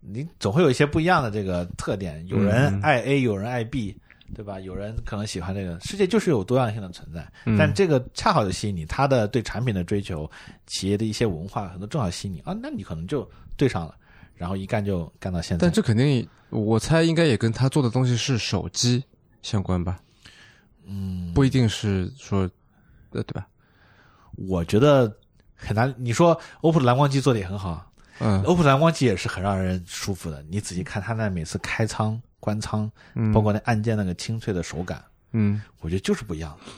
S3: 你总会有一些不一样的这个特点。有
S1: 嗯
S3: 人爱 A，有人爱 B，对吧？有人可能喜欢这个。世界就是有多样性的存在，
S1: 嗯
S3: 但这个恰好就吸引你。他的对产品的追求，企业的一些文化，很多正好吸引你啊，那你可能就对上了，然后一干就干到现在
S1: 但。这肯定也，我猜应该也跟他做的东西是手机相关吧？嗯，不一定是说，呃，对吧？
S3: 我觉得很难。你说 OPPO 的蓝光机做的也很好啊，
S1: 嗯
S3: OPPO 蓝光机也是很让人舒服的。你仔细看它那每次开仓、关仓，包括那按键那个清脆的手感，
S1: 嗯
S3: 我觉得就是不一样的。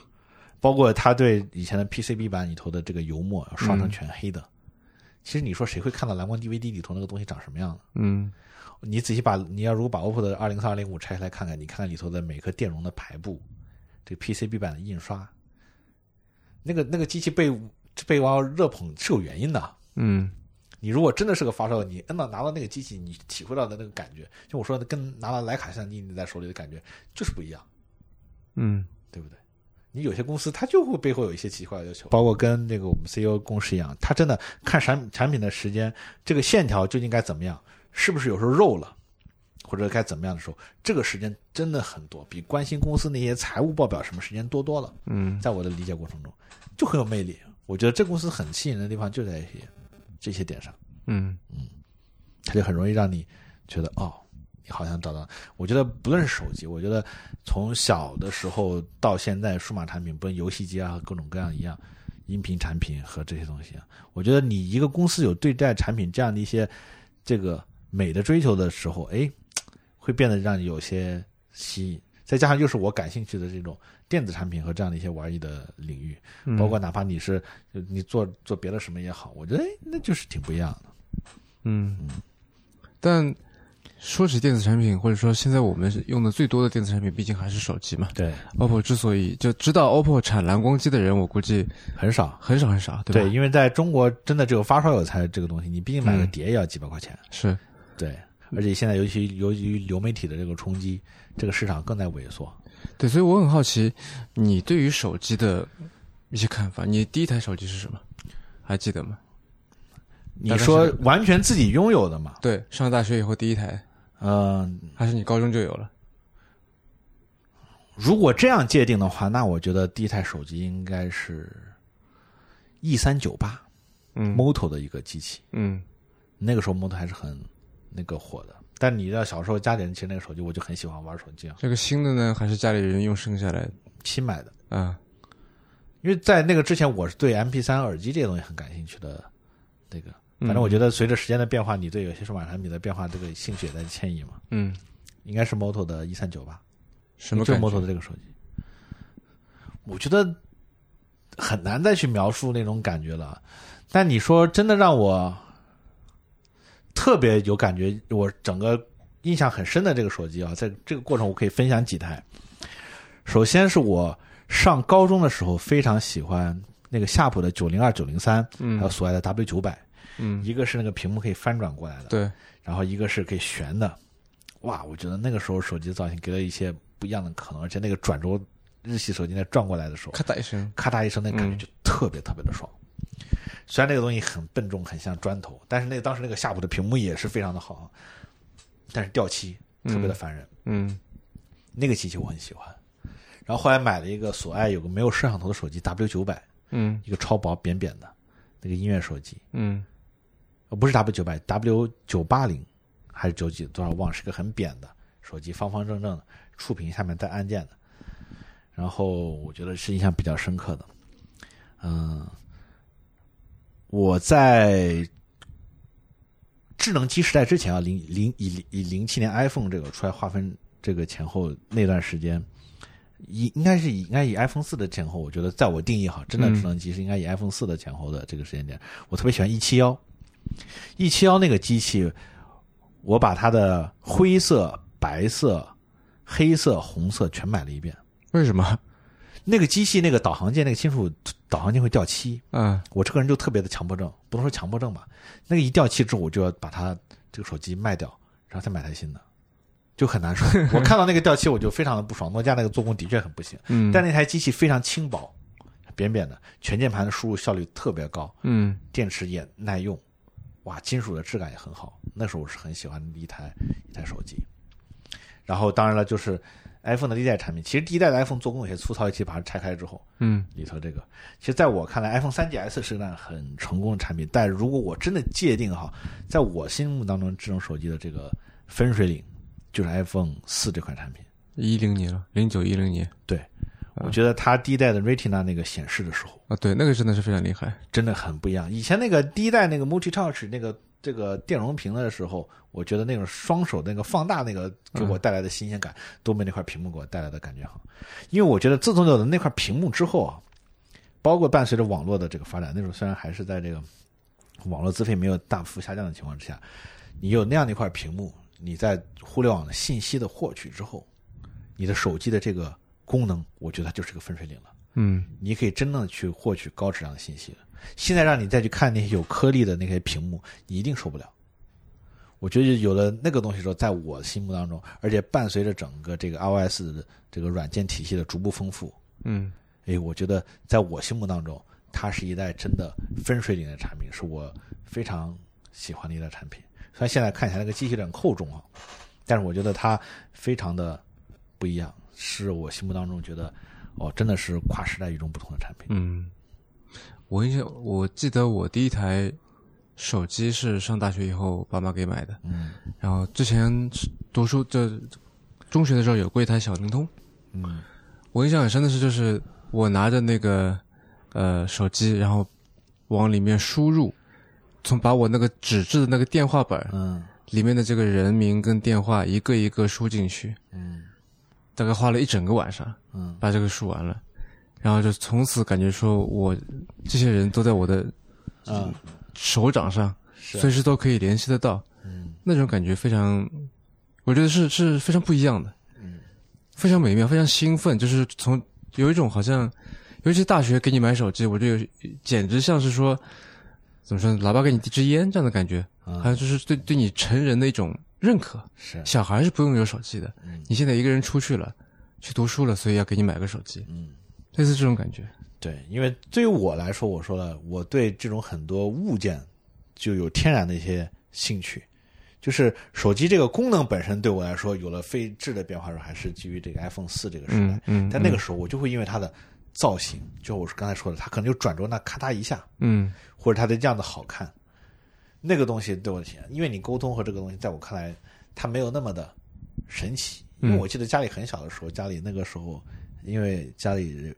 S3: 包括它对以前的 PCB 版里头的这个油墨刷成全黑的，其实你说谁会看到蓝光 DVD 里头那个东西长什么样呢？
S1: 嗯
S3: 你仔细把你要如果把 OPPO 的二零三二零五拆下来看看，你看看里头的每个电容的排布，这个 PCB 版的印刷，那个那个机器被被网友热捧是有原因的。
S1: 嗯
S3: 你如果真的是个发烧友，你摁到拿到那个机器，你体会到的那个感觉，就我说的，跟拿到徕卡相机你在手里的感觉就是不一样，
S1: 嗯
S3: 对不对？你有些公司它就会背后有一些奇怪的要求，包括跟这个我们 E CEO 共识一样，他真的看产产品的时间，这个线条究竟该怎么样，是不是有时候肉了，或者该怎么样的时候，这个时间真的很多，比关心公司那些财务报表什么时间多多了。
S1: 嗯
S3: 在我的理解过程中，就很有魅力。我觉得这公司很吸引人的地方就在这些这些点上。
S1: 嗯
S3: 它就很容易让你觉得哦，你好像找到。我觉得不论是手机，我觉得从小的时候到现在，数码产品，不论游戏机啊，各种各样一样，音频产品和这些东西啊，我觉得你一个公司有对待产品这样的一些这个美的追求的时候，哎，会变得让你有些吸引。再加上又是我感兴趣的这种电子产品和这样的一些玩意的领域，
S1: 嗯，
S3: 包括哪怕你是你做做别的什么也好，我觉得哎，那就是挺不一样的。
S1: 嗯，但说起电子产品，或者说现在我们是用的最多的电子产品，毕竟还是手机嘛。
S3: 对，
S1: OPPO 之所以就知道 OPPO 产蓝光机的人，我估计
S3: 很少。
S1: 很少很少，对吧？
S3: 对，因为在中国真的只有发烧友才有这个东西，你毕竟买
S1: 嗯
S3: 个碟也要几百块钱。
S1: 是，
S3: 对，而且现在尤其由于流媒体的这个冲击，这个市场更在萎缩。
S1: 对，所以我很好奇你对于手机的一些看法。你第一台手机是什么？还记得吗？
S3: 你说
S1: 大概是
S3: 完全自己拥有的嘛？
S1: 对，上大学以后第一台，
S3: 嗯、
S1: 还是你高中就有了？
S3: 如果这样界定的话，那我觉得第一台手机应该是 E 三九八
S1: 嗯
S3: Moto 的一个机器，
S1: 嗯
S3: 那个时候 Moto 还是很那个火的。但你知道小时候家里人其实那个手机，我就很喜欢玩手机啊，
S1: 这个新的呢，还是家里人用剩下来的
S3: 新买的。
S1: 啊？
S3: 因为在那个之前，我是对 MP 三耳机这些东西很感兴趣的。那个，
S1: 嗯
S3: 反正我觉得随着时间的变化，你对有些数码产品的变化，这个兴趣也在迁移嘛。
S1: 嗯，
S3: 应该是 Moto 的一三九吧，
S1: 什么
S3: 就
S1: 感
S3: 是
S1: 觉？
S3: Moto 的这个手机，我觉得很难再去描述那种感觉了。但你说真的让我特别有感觉，我整个印象很深的这个手机啊，在这个过程我可以分享几台。首先是我上高中的时候非常喜欢那个夏普的九零二、九零三，还有
S1: 嗯
S3: 所谓的 W 九百，
S1: 嗯，
S3: 一个是那个屏幕可以翻转过来的，
S1: 对，
S3: 然后一个是可以旋的。哇，我觉得那个时候手机造型给了一些不一样的可能，而且那个转轴日系手机在转过来的时候，
S1: 咔嗯嗒一声，
S3: 咔嗒一声，那感觉就特别特别的爽。虽然那个东西很笨重，很像砖头，但是那个当时那个夏普的屏幕也是非常的好，但是掉漆特别的烦人。
S1: 嗯
S3: 那个机器我很喜欢，然后后来买了一个索爱有个没有摄像头的手机 W 九百，
S1: 嗯
S3: 一个超薄扁扁的那个音乐手机，
S1: 嗯
S3: 呃，不是 W 九百，W 九八零还是九几多少忘了，是个很扁的手机，方方正正的，触屏下面带按键的。然后我觉得是印象比较深刻的。嗯，我在智能机时代之前啊，零零以以零七年 iPhone 这个出来划分这个前后那段时间，以应该是以应该以 iPhone 四的前后，我觉得在我定义哈，真的智能机是应该以 iPhone 四的前后的这个时间点。我特别喜欢一七幺，一七幺那个机器，我把它的灰色、白色、黑色、红色全买了一遍。
S1: 为什么？
S3: 那个机器那个导航键那个金属导航键会掉漆，
S1: 嗯
S3: 我这个人就特别的强迫症，不能说强迫症吧，那个一掉漆之后，我就要把它这个手机卖掉，然后再买台新的，就很难受。我看到那个掉漆，我就非常的不爽。诺基亚那个做工的确很不行，
S1: 嗯，
S3: 但那台机器非常轻薄，扁扁的，全键盘的输入效率特别高，
S1: 嗯
S3: 电池也耐用，哇，金属的质感也很好。那时候我是很喜欢的一台一台手机。然后当然了，就是 iPhone 的第一代产品，其实第一代的 iPhone 做工有些粗糙，其实把它拆开之后，
S1: 嗯
S3: 里头这个，其实在我看来，iPhone 3GS 是一辆很成功的产品，但如果我真的界定哈，在我心目当中，智能手机的这个分水岭就是 iPhone 四这款产品。
S1: 一零年了，零九一零年
S3: 我觉得它第一代的 Retina 那个显示的时候
S1: 啊，对，那个真的是非常厉害。
S3: 真的很不一样。以前那个第一代那个 Multitouch 那个这个电容屏的时候，我觉得那种双手那个放大那个给我带来的新鲜感，都没那块屏幕给我带来的感觉好。因为我觉得自从有了那块屏幕之后啊，包括伴随着网络的这个发展，那时候虽然还是在这个网络资费没有大幅下降的情况之下，你有那样的一块屏幕，你在互联网的信息的获取之后，你的手机的这个功能，我觉得它就是个分水岭了。
S1: 嗯
S3: 你可以真正的去获取高质量的信息了。现在让你再去看那些有颗粒的那些屏幕，你一定受不了。我觉得有了那个东西之后，在我心目当中，而且伴随着整个这个 iOS 的这个软件体系的逐步丰富，
S1: 嗯
S3: 哎，我觉得在我心目当中，它是一代真的分水岭的产品，是我非常喜欢的一代产品。虽然现在看起来那个机器有点厚重啊，但是我觉得它非常的不一样，是我心目当中觉得哦，真的是跨时代与众不同的产品。
S1: 嗯，我印象我记得我第一台手机是上大学以后爸妈给买的，
S3: 嗯
S1: 然后之前是读书这中学的时候有过一台小灵通，
S3: 嗯
S1: 我印象很深的是，就是我拿着那个呃手机，然后往里面输入，从把我那个纸质的那个电话本儿
S3: 嗯
S1: 里面的这个人名跟电话一个一个输进去，
S3: 嗯
S1: 大概花了一整个晚上
S3: 嗯
S1: 把这个输完了，然后就从此感觉说我这些人都在我的
S3: 啊，
S1: 手掌上，
S3: 是
S1: 随时都可以联系得到，
S3: 嗯
S1: 那种感觉非常，我觉得是是非常不一样的，
S3: 嗯
S1: 非常美妙，非常兴奋，就是从有一种好像，尤其大学给你买手机，我就有简直像是说，怎么说，老爸给你递支烟这样的感觉，还有
S3: 啊
S1: 就是对对你成人的一种认可。
S3: 是
S1: 小孩是不用有手机的
S3: 嗯，
S1: 你现在一个人出去了，去读书了，所以要给你买个手机，
S3: 嗯
S1: 类似这种感觉。
S3: 对，因为对于我来说，我说了，我对这种很多物件就有天然的一些兴趣。就是手机这个功能本身对我来说有了非质的变化，还是基于这个 iPhone 四这个时代
S1: 嗯。嗯，
S3: 但那个时候我就会因为它的造型，就我刚才说的，它可能就转轴那咔嗒一下，
S1: 嗯
S3: 或者它的样子好看，那个东西对我的体验，因为你沟通和这个东西，在我看来，它没有那么的神奇。因为
S1: 嗯
S3: 我记得家里很小的时候，家里那个时候，因为家里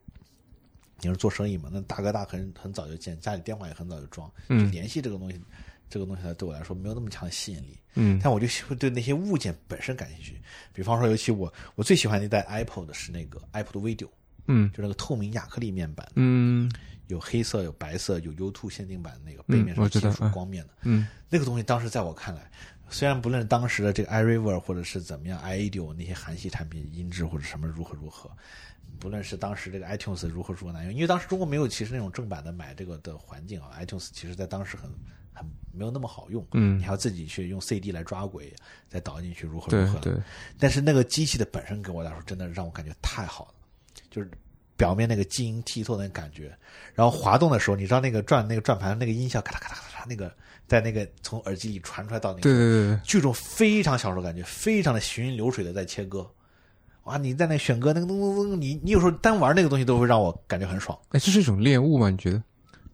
S3: 也是做生意嘛，那大哥大很很早就见，家里电话也很早就装，就
S1: 嗯
S3: 联系这个东西，这个东西呢对我来说没有那么强的吸引力。
S1: 嗯
S3: 但我就喜会对那些物件本身感兴趣，比方说，尤其我我最喜欢的一代 Apple 的是那个 Apple 的 Video，
S1: 嗯
S3: 就那个透明亚克力面板，
S1: 嗯
S3: 有黑色、有白色、有 U two 限定版的那个背面
S1: 嗯我
S3: 是
S1: 知
S3: 金
S1: 道
S3: 属
S1: 嗯
S3: 光面的，
S1: 嗯
S3: 那个东西当时在我看来，虽然不论当时的这个 iRiver 或者是怎么样 iAudio 那些韩系产品音质或者什么如何如何，不论是当时这个 iTunes 如何如何难用，因为当时中国没有其实那种正版的买这个的环境啊，iTunes 其实在当时很很没有那么好用，
S1: 嗯
S3: 你，还要自己去用 CD 来抓轨，再导进去如何
S1: 对
S3: 如何。
S1: 对，
S3: 但是那个机器的本身给我来说，真的让我感觉太好了，就是表面那个晶莹剔透的感觉，然后滑动的时候，你知道那个转那个转盘那个音效咔嚓咔嚓咔嚓那个在那个从耳机里传出来到那
S1: 对对
S3: 个
S1: 对对，
S3: 剧中非常享受感觉，非常的行云流水的在切割。哇！你在那选歌，那个咚咚咚，你你有时候单玩那个东西都会让我感觉很爽，
S1: 哎，这是一种恋物吗？你觉得？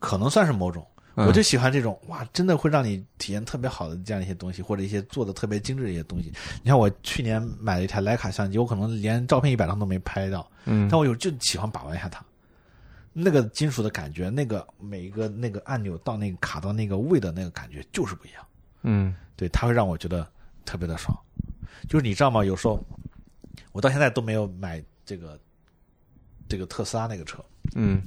S3: 可能算是某种，
S1: 嗯
S3: 我就喜欢这种哇，真的会让你体验特别好的这样一些东西，或者一些做的特别精致的一些东西。你看我去年买了一台徕卡相机，我可能连照片一百张都没拍到，
S1: 嗯
S3: 但我有就喜欢把玩一下它。那个金属的感觉，那个每一个那个按钮到那个卡到那个位的那个感觉就是不一样，
S1: 嗯
S3: 对，它会让我觉得特别的爽。就是你知道吗？有时候我到现在都没有买这个这个特斯拉那个车。
S1: 嗯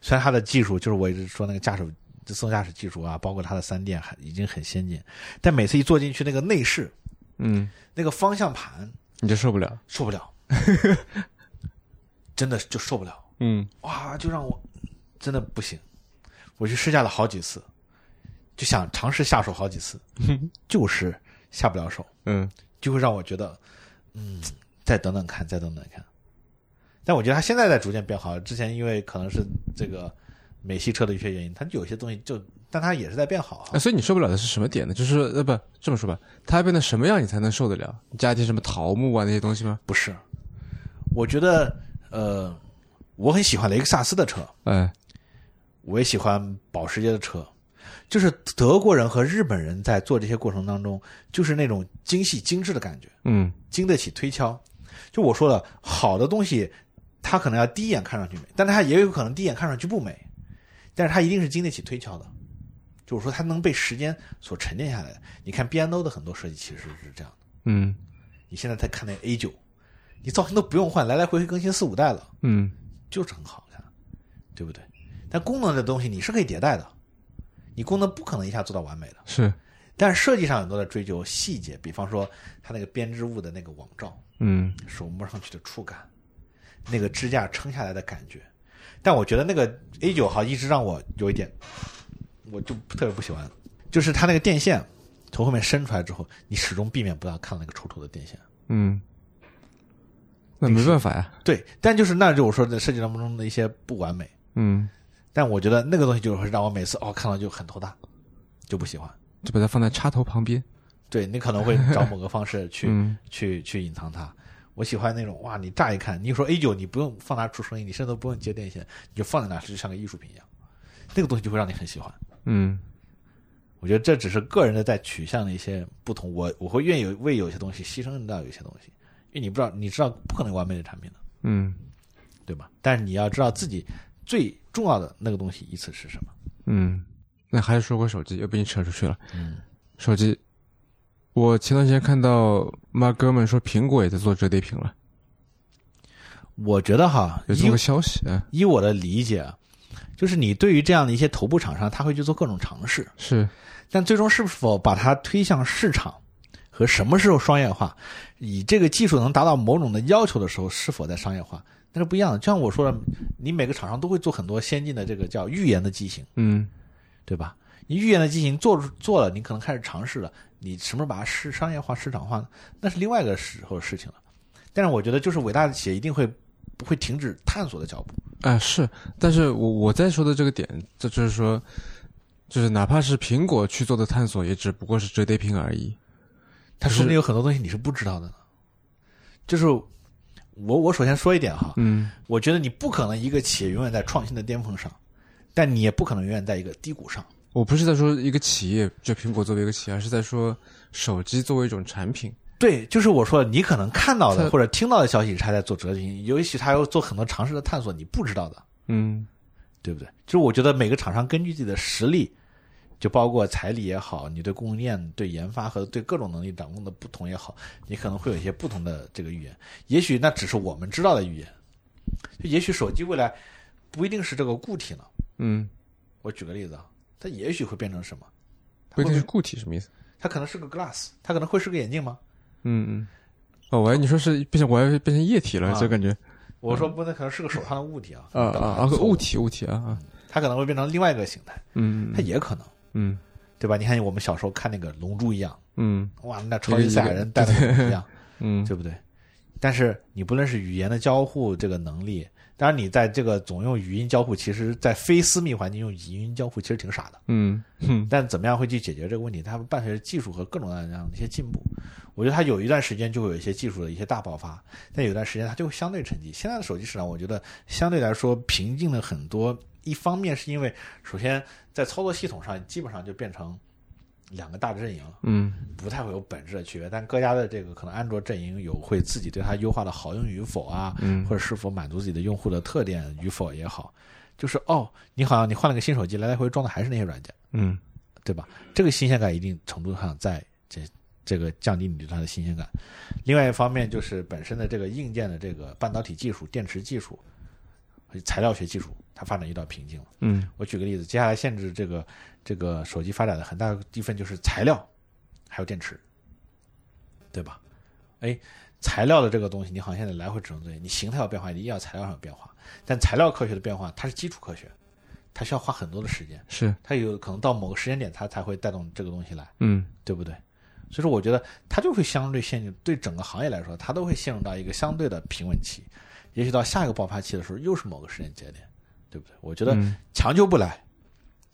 S3: 虽然它的技术就是我一直说那个驾驶自动驾驶技术啊，包括它的三电还已经很先进，但每次一坐进去那个内饰
S1: 嗯，
S3: 那个方向盘
S1: 你就受不了。
S3: 受不了， 真的就受不了，
S1: 嗯
S3: 哇，就让我真的不行。我去试驾了好几次，就想尝试下手好几次，就是下不了手。
S1: 嗯
S3: 就会让我觉得，嗯，再等等看，再等等看。但我觉得它现在在逐渐变好，之前因为可能是这个美系车的一些原因，它有些东西就，但它也是在变好
S1: 啊，
S3: 哈。
S1: 所以你受不了的是什么点呢？就是呃不这么说吧，它要变得什么样你才能受得了？你加一些什么桃木啊那些东西吗？
S3: 不是，我觉得呃，我很喜欢雷克萨斯的车，
S1: 哎，
S3: 我也喜欢保时捷的车，就是德国人和日本人在做这些过程当中，就是那种精细精致的感觉。
S1: 嗯
S3: 经得起推敲。就我说的，好的东西，它可能要第一眼看上去美，但它也有可能第一眼看上去不美，但是它一定是经得起推敲的。就是说，它能被时间所沉淀下来的。你看 B N O 的很多设计其实是这样的。
S1: 嗯
S3: 你现在再看那 A 九，你造型都不用换，来来回回更新四五代了，
S1: 嗯
S3: 就是很好看，对不对？但功能这东西你是可以迭代的，你功能不可能一下做到完美的。
S1: 是
S3: 但是设计上很多在追求细节，比方说它那个编织物的那个网罩，
S1: 嗯
S3: 手摸上去的触感，那个支架撑下来的感觉。但我觉得那个 A 九号一直让我有一点，我就特别不喜欢，就是它那个电线从后面伸出来之后，你始终避免不了看那个丑丑的电线。
S1: 嗯，那没办法呀。
S3: 对，但就是那就我说的设计当中的一些不完美，
S1: 嗯，
S3: 但我觉得那个东西就是会让我每次哦看到就很头大，就不喜欢。
S1: 就把它放在插头旁边。
S3: 对你可能会找某个方式去、
S1: 嗯
S3: 去去隐藏它。我喜欢那种哇，你乍一看，你说 A 九，你不用放它出声音，你甚至都不用接电线，你就放在那儿，就像个艺术品一样。那个东西就会让你很喜欢。
S1: 嗯
S3: 我觉得这只是个人的在取向的一些不同，我我会愿意为有些东西牺牲掉有些东西，因为你不知道，你知道不可能有完美的产品的，
S1: 嗯
S3: 对吧？但是你要知道自己最重要的那个东西依次是什么。
S1: 嗯，那还是说回手机，又被你扯出去了。
S3: 嗯
S1: 手机，我前段时间看到妈哥们说苹果也在做折叠屏了，
S3: 我觉得哈，
S1: 有这
S3: 以
S1: 么个消息。哎
S3: 以我的理解啊，就是你对于这样的一些头部厂商，他会去做各种尝试，
S1: 是，
S3: 但最终是否把它推向市场和什么时候商业化，以这个技术能达到某种的要求的时候，是否在商业化，那是不一样的。就像我说的，你每个厂商都会做很多先进的这个叫预言的机型，
S1: 嗯
S3: 对吧？你预言的机型做做了，你可能开始尝试了，你什么时候把它市商业化、市场化呢？那是另外一个时候的事情了。但是我觉得，就是伟大的企业一定会不会停止探索的脚步。
S1: 啊是，但是我我在说的这个点，这就是说，就是哪怕是苹果去做的探索，也只不过是折叠屏而已。
S3: 它说不定有很多东西你是不知道的呢。就是我我首先说一点哈，
S1: 嗯
S3: 我觉得你不可能一个企业永远在创新的巅峰上，但你也不可能永远在一个低谷上。
S1: 我不是在说一个企业，就苹果作为一个企业，而是在说手机作为一种产品。
S3: 对，就是我说你可能看到
S1: 它
S3: 的或者听到的消息，他在做折叠屏，也许他要做很多尝试的探索，你不知道的，
S1: 嗯
S3: 对不对？就是我觉得每个厂商根据自己的实力，就包括财力也好，你对供应链、对研发和对各种能力掌控的不同也好，你可能会有一些不同的这个预言。也许那只是我们知道的预言，就也许手机未来不一定是这个固体呢。
S1: 嗯，
S3: 我举个例子啊，它也许会变成什么？
S1: 不一定是固体，什么意思？
S3: 它可能是个 glass，它可能会是个眼镜吗？
S1: 嗯嗯。哦，我还你说是变成我还变成液体了，
S3: 啊
S1: 就感觉
S3: 我说不，那可能是个手上的物体啊，
S1: 嗯啊
S3: 你懂
S1: 啊
S3: 吗
S1: 啊个物，体物体啊啊
S3: 它可能会变成另外一个形态，
S1: 嗯
S3: 它也可能，
S1: 嗯
S3: 对吧？你看我们小时候看那个《龙珠》一样，
S1: 嗯
S3: 哇，那超级赛亚人戴的那个一样，
S1: 嗯
S3: 对不对？但是你不论是语言的交互这个能力，当然你在这个总用语音交互，其实在非私密环境用语音交互其实挺傻的。
S1: 嗯 嗯
S3: 但怎么样会去解决这个问题？它伴随着技术和各种各样的一些进步，我觉得它有一段时间就会有一些技术的一些大爆发，但有一段时间它就会相对沉寂。现在的手机市场，我觉得相对来说平静了很多。一方面是因为，首先在操作系统上基本上就变成两个大阵营了，
S1: 嗯
S3: 不太会有本质的区别。但各家的这个可能安卓阵营有会自己对它优化的好用与否啊，
S1: 嗯
S3: 或者是否满足自己的用户的特点与否也好，就是哦，你好像你换了个新手机，来来回回装的还是那些软件。
S1: 嗯
S3: 对吧？这个新鲜感一定程度上在这这个降低你对它的新鲜感。另外一方面就是本身的这个硬件的这个半导体技术、电池技术，材料学技术它发展遇到瓶颈了。
S1: 嗯
S3: 我举个例子，接下来限制这个这个手机发展的很大一份就是材料，还有电池，对吧？哎，材料的这个东西，你好像现在来回只能对，你形态有变化，你医药材料上有变化，但材料科学的变化它是基础科学，它需要花很多的时间，
S1: 是
S3: 它有可能到某个时间点它才会带动这个东西来，
S1: 嗯
S3: 对不对？所以说，我觉得它就会相对陷入，对整个行业来说，它都会陷入到一个相对的平稳期，也许到下一个爆发期的时候，又是某个时间节点，对不对？我觉得
S1: 嗯
S3: 强求不来。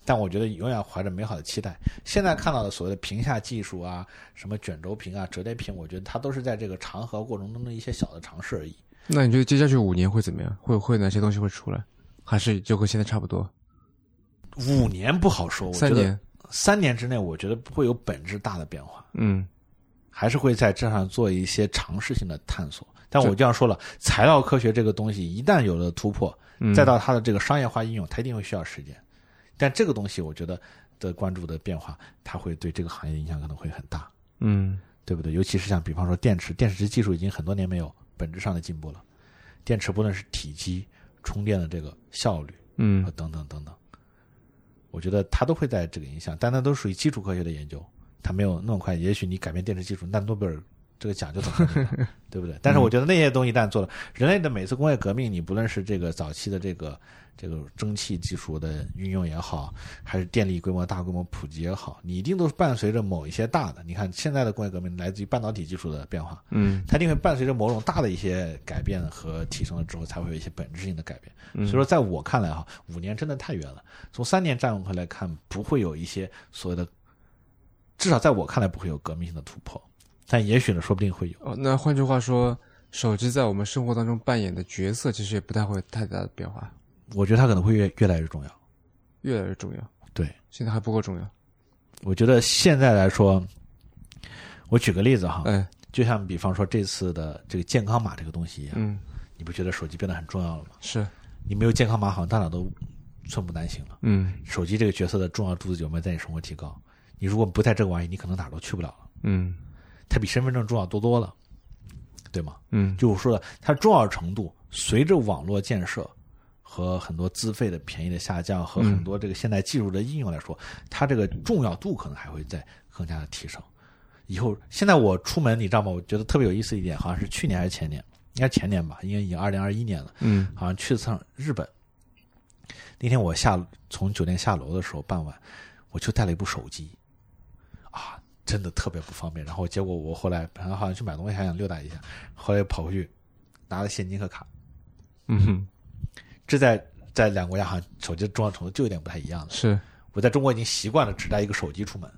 S3: 但我觉得永远怀着美好的期待。现在看到的所谓的屏下技术啊，什么卷轴屏啊、折叠屏，我觉得它都是在这个长河过程中的一些小的尝试而已。
S1: 那你觉得接下去五年会怎么样？会会哪些东西会出来？还是就跟现在差不多？
S3: 五年不好说，我觉
S1: 三
S3: 得
S1: 年？
S3: 三年之内，我觉得不会有本质大的变化，
S1: 嗯
S3: 还是会在这上做一些尝试性的探索。但
S1: 这
S3: 我这样说了，材料科学这个东西一旦有了突破，
S1: 嗯，
S3: 再到它的这个商业化应用，它一定会需要时间。但这个东西，我觉得的关注的变化，它会对这个行业的影响可能会很大。
S1: 嗯
S3: 对不对？尤其是像比方说电池，电池技术已经很多年没有本质上的进步了。电池不论是体积、充电的这个效率
S1: 嗯
S3: 和啊等等等等，我觉得它都会在这个影响，但那都属于基础科学的研究，它没有那么快。也许你改变电池技术，那诺贝尔这个奖就等着你了，对不对？但是我觉得那些东西一旦做了，人类的每次工业革命，你不论是这个早期的这个这个蒸汽技术的运用也好，还是电力规模大规模普及也好，你一定都是伴随着某一些大的。你看现在的工业革命来自于半导体技术的变化，
S1: 嗯
S3: 它一定会伴随着某种大的一些改变和提升了之后，才会有一些本质性的改变。
S1: 嗯，
S3: 所以说，在我看来哈，五年真的太远了。从三年站回来看，不会有一些所谓的，至少在我看来不会有革命性的突破。但也许呢，说不定会有。
S1: 哦，那换句话说，手机在我们生活当中扮演的角色其实也不太会有太大的变化，
S3: 我觉得它可能会越越来越重要。
S1: 越来越重要。
S3: 对，
S1: 现在还不够重要。
S3: 我觉得现在来说，我举个例子哈，
S1: 哎，
S3: 就像比方说这次的这个健康码这个东西一样，
S1: 嗯，
S3: 你不觉得手机变得很重要了吗？
S1: 是，
S3: 你没有健康码，好像大脑都寸步难行了。
S1: 嗯
S3: 手机这个角色的重要度有没有在你生活提高？你如果不在这个玩意，你可能哪儿都去不了了。
S1: 嗯
S3: 它比身份证重要多多了，对吗？
S1: 嗯
S3: 就我说的，它重要程度随着网络建设和很多资费的便宜的下降和很多这个现代技术的应用来说，它这个重要度可能还会再更加的提升。以后现在我出门，你知道吗？我觉得特别有意思一点，好像是去年还是前年，应该前年吧，因为已经二零二一年了。
S1: 嗯
S3: 好像去了趟日本。那天我下从酒店下楼的时候，傍晚我就带了一部手机，啊，真的特别不方便。然后结果我后来本来好像去买东西还想溜达一下，后来又跑回去拿了现金和卡。
S1: 嗯哼，
S3: 这在在两个国家好像手机的重要程度就有点不太一样了。
S1: 是。
S3: 我在中国已经习惯了只带一个手机出门，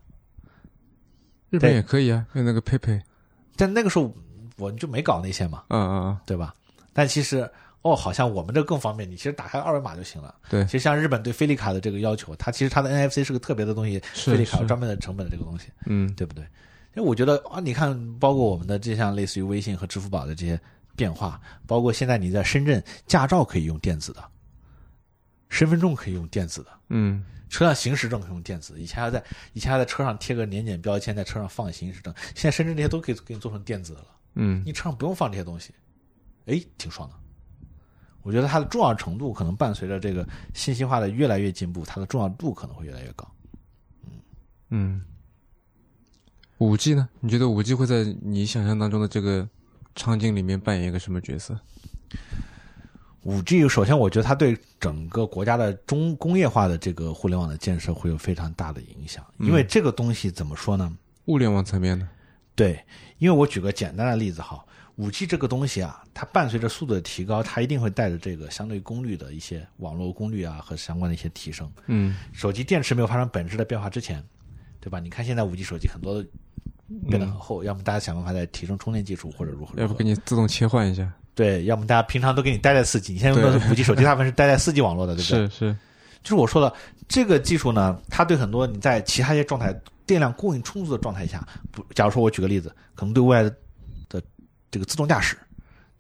S1: 日本
S3: 对
S1: 也可以啊，用那个 PayPay。
S3: 但那个时候我就没搞那些嘛，
S1: 嗯嗯
S3: 对吧？但其实哦，好像我们这更方便，你其实打开二维码就行了。
S1: 嗯，对
S3: 其，实像日本对菲利卡的这个要求，它其实它的 NFC 是个特别的东西，菲
S1: 是
S3: 利卡有
S1: 是，
S3: 专门的成本的这个东西，
S1: 嗯
S3: 对不对？因为我觉得啊，你看，包括我们的这项类似于微信和支付宝的这些变化，包括现在你在深圳驾照可以用电子的，身份证可以用电子的，
S1: 嗯
S3: 车辆行驶证可以用电子的，以前还要在以前还要在车上贴个年检标签，在车上放行驶证，现在深圳这些都可以给你做成电子的了。
S1: 嗯
S3: 你车上不用放这些东西，哎，挺爽的。我觉得它的重要程度可能伴随着这个信息化的越来越进步，它的重要度可能会越来越高。
S1: 嗯。五 G 呢？你觉得五 G 会在你想象当中的这个场景里面扮演一个什么角色？
S3: 五 G 首先，我觉得它对整个国家的中工业化的这个互联网的建设会有非常大的影响，因为这个东西怎么说呢？
S1: 物联网层面呢？
S3: 对，因为我举个简单的例子哈，五 G 这个东西啊，它伴随着速度的提高，它一定会带着这个相对功率的一些网络功率啊和相关的一些提升。
S1: 嗯
S3: 手机电池没有发生本质的变化之前，对吧？你看现在五 G 手机很多变得很厚，要么大家想办法再提升充电技术或者如何
S1: 嗯
S3: 如
S1: 要不
S3: 何
S1: 给，你自动切换一下？
S3: 对，要么大家平常都给你待在四 G，你现在用的五 G 手机大部分是待在四 G 网络的，对不
S1: 是
S3: 对？
S1: 是，
S3: 就是我说的这个技术呢，它对很多你在其他一些状态电量供应充足的状态下，不，假如说我举个例子，可能对未来的的这个自动驾驶，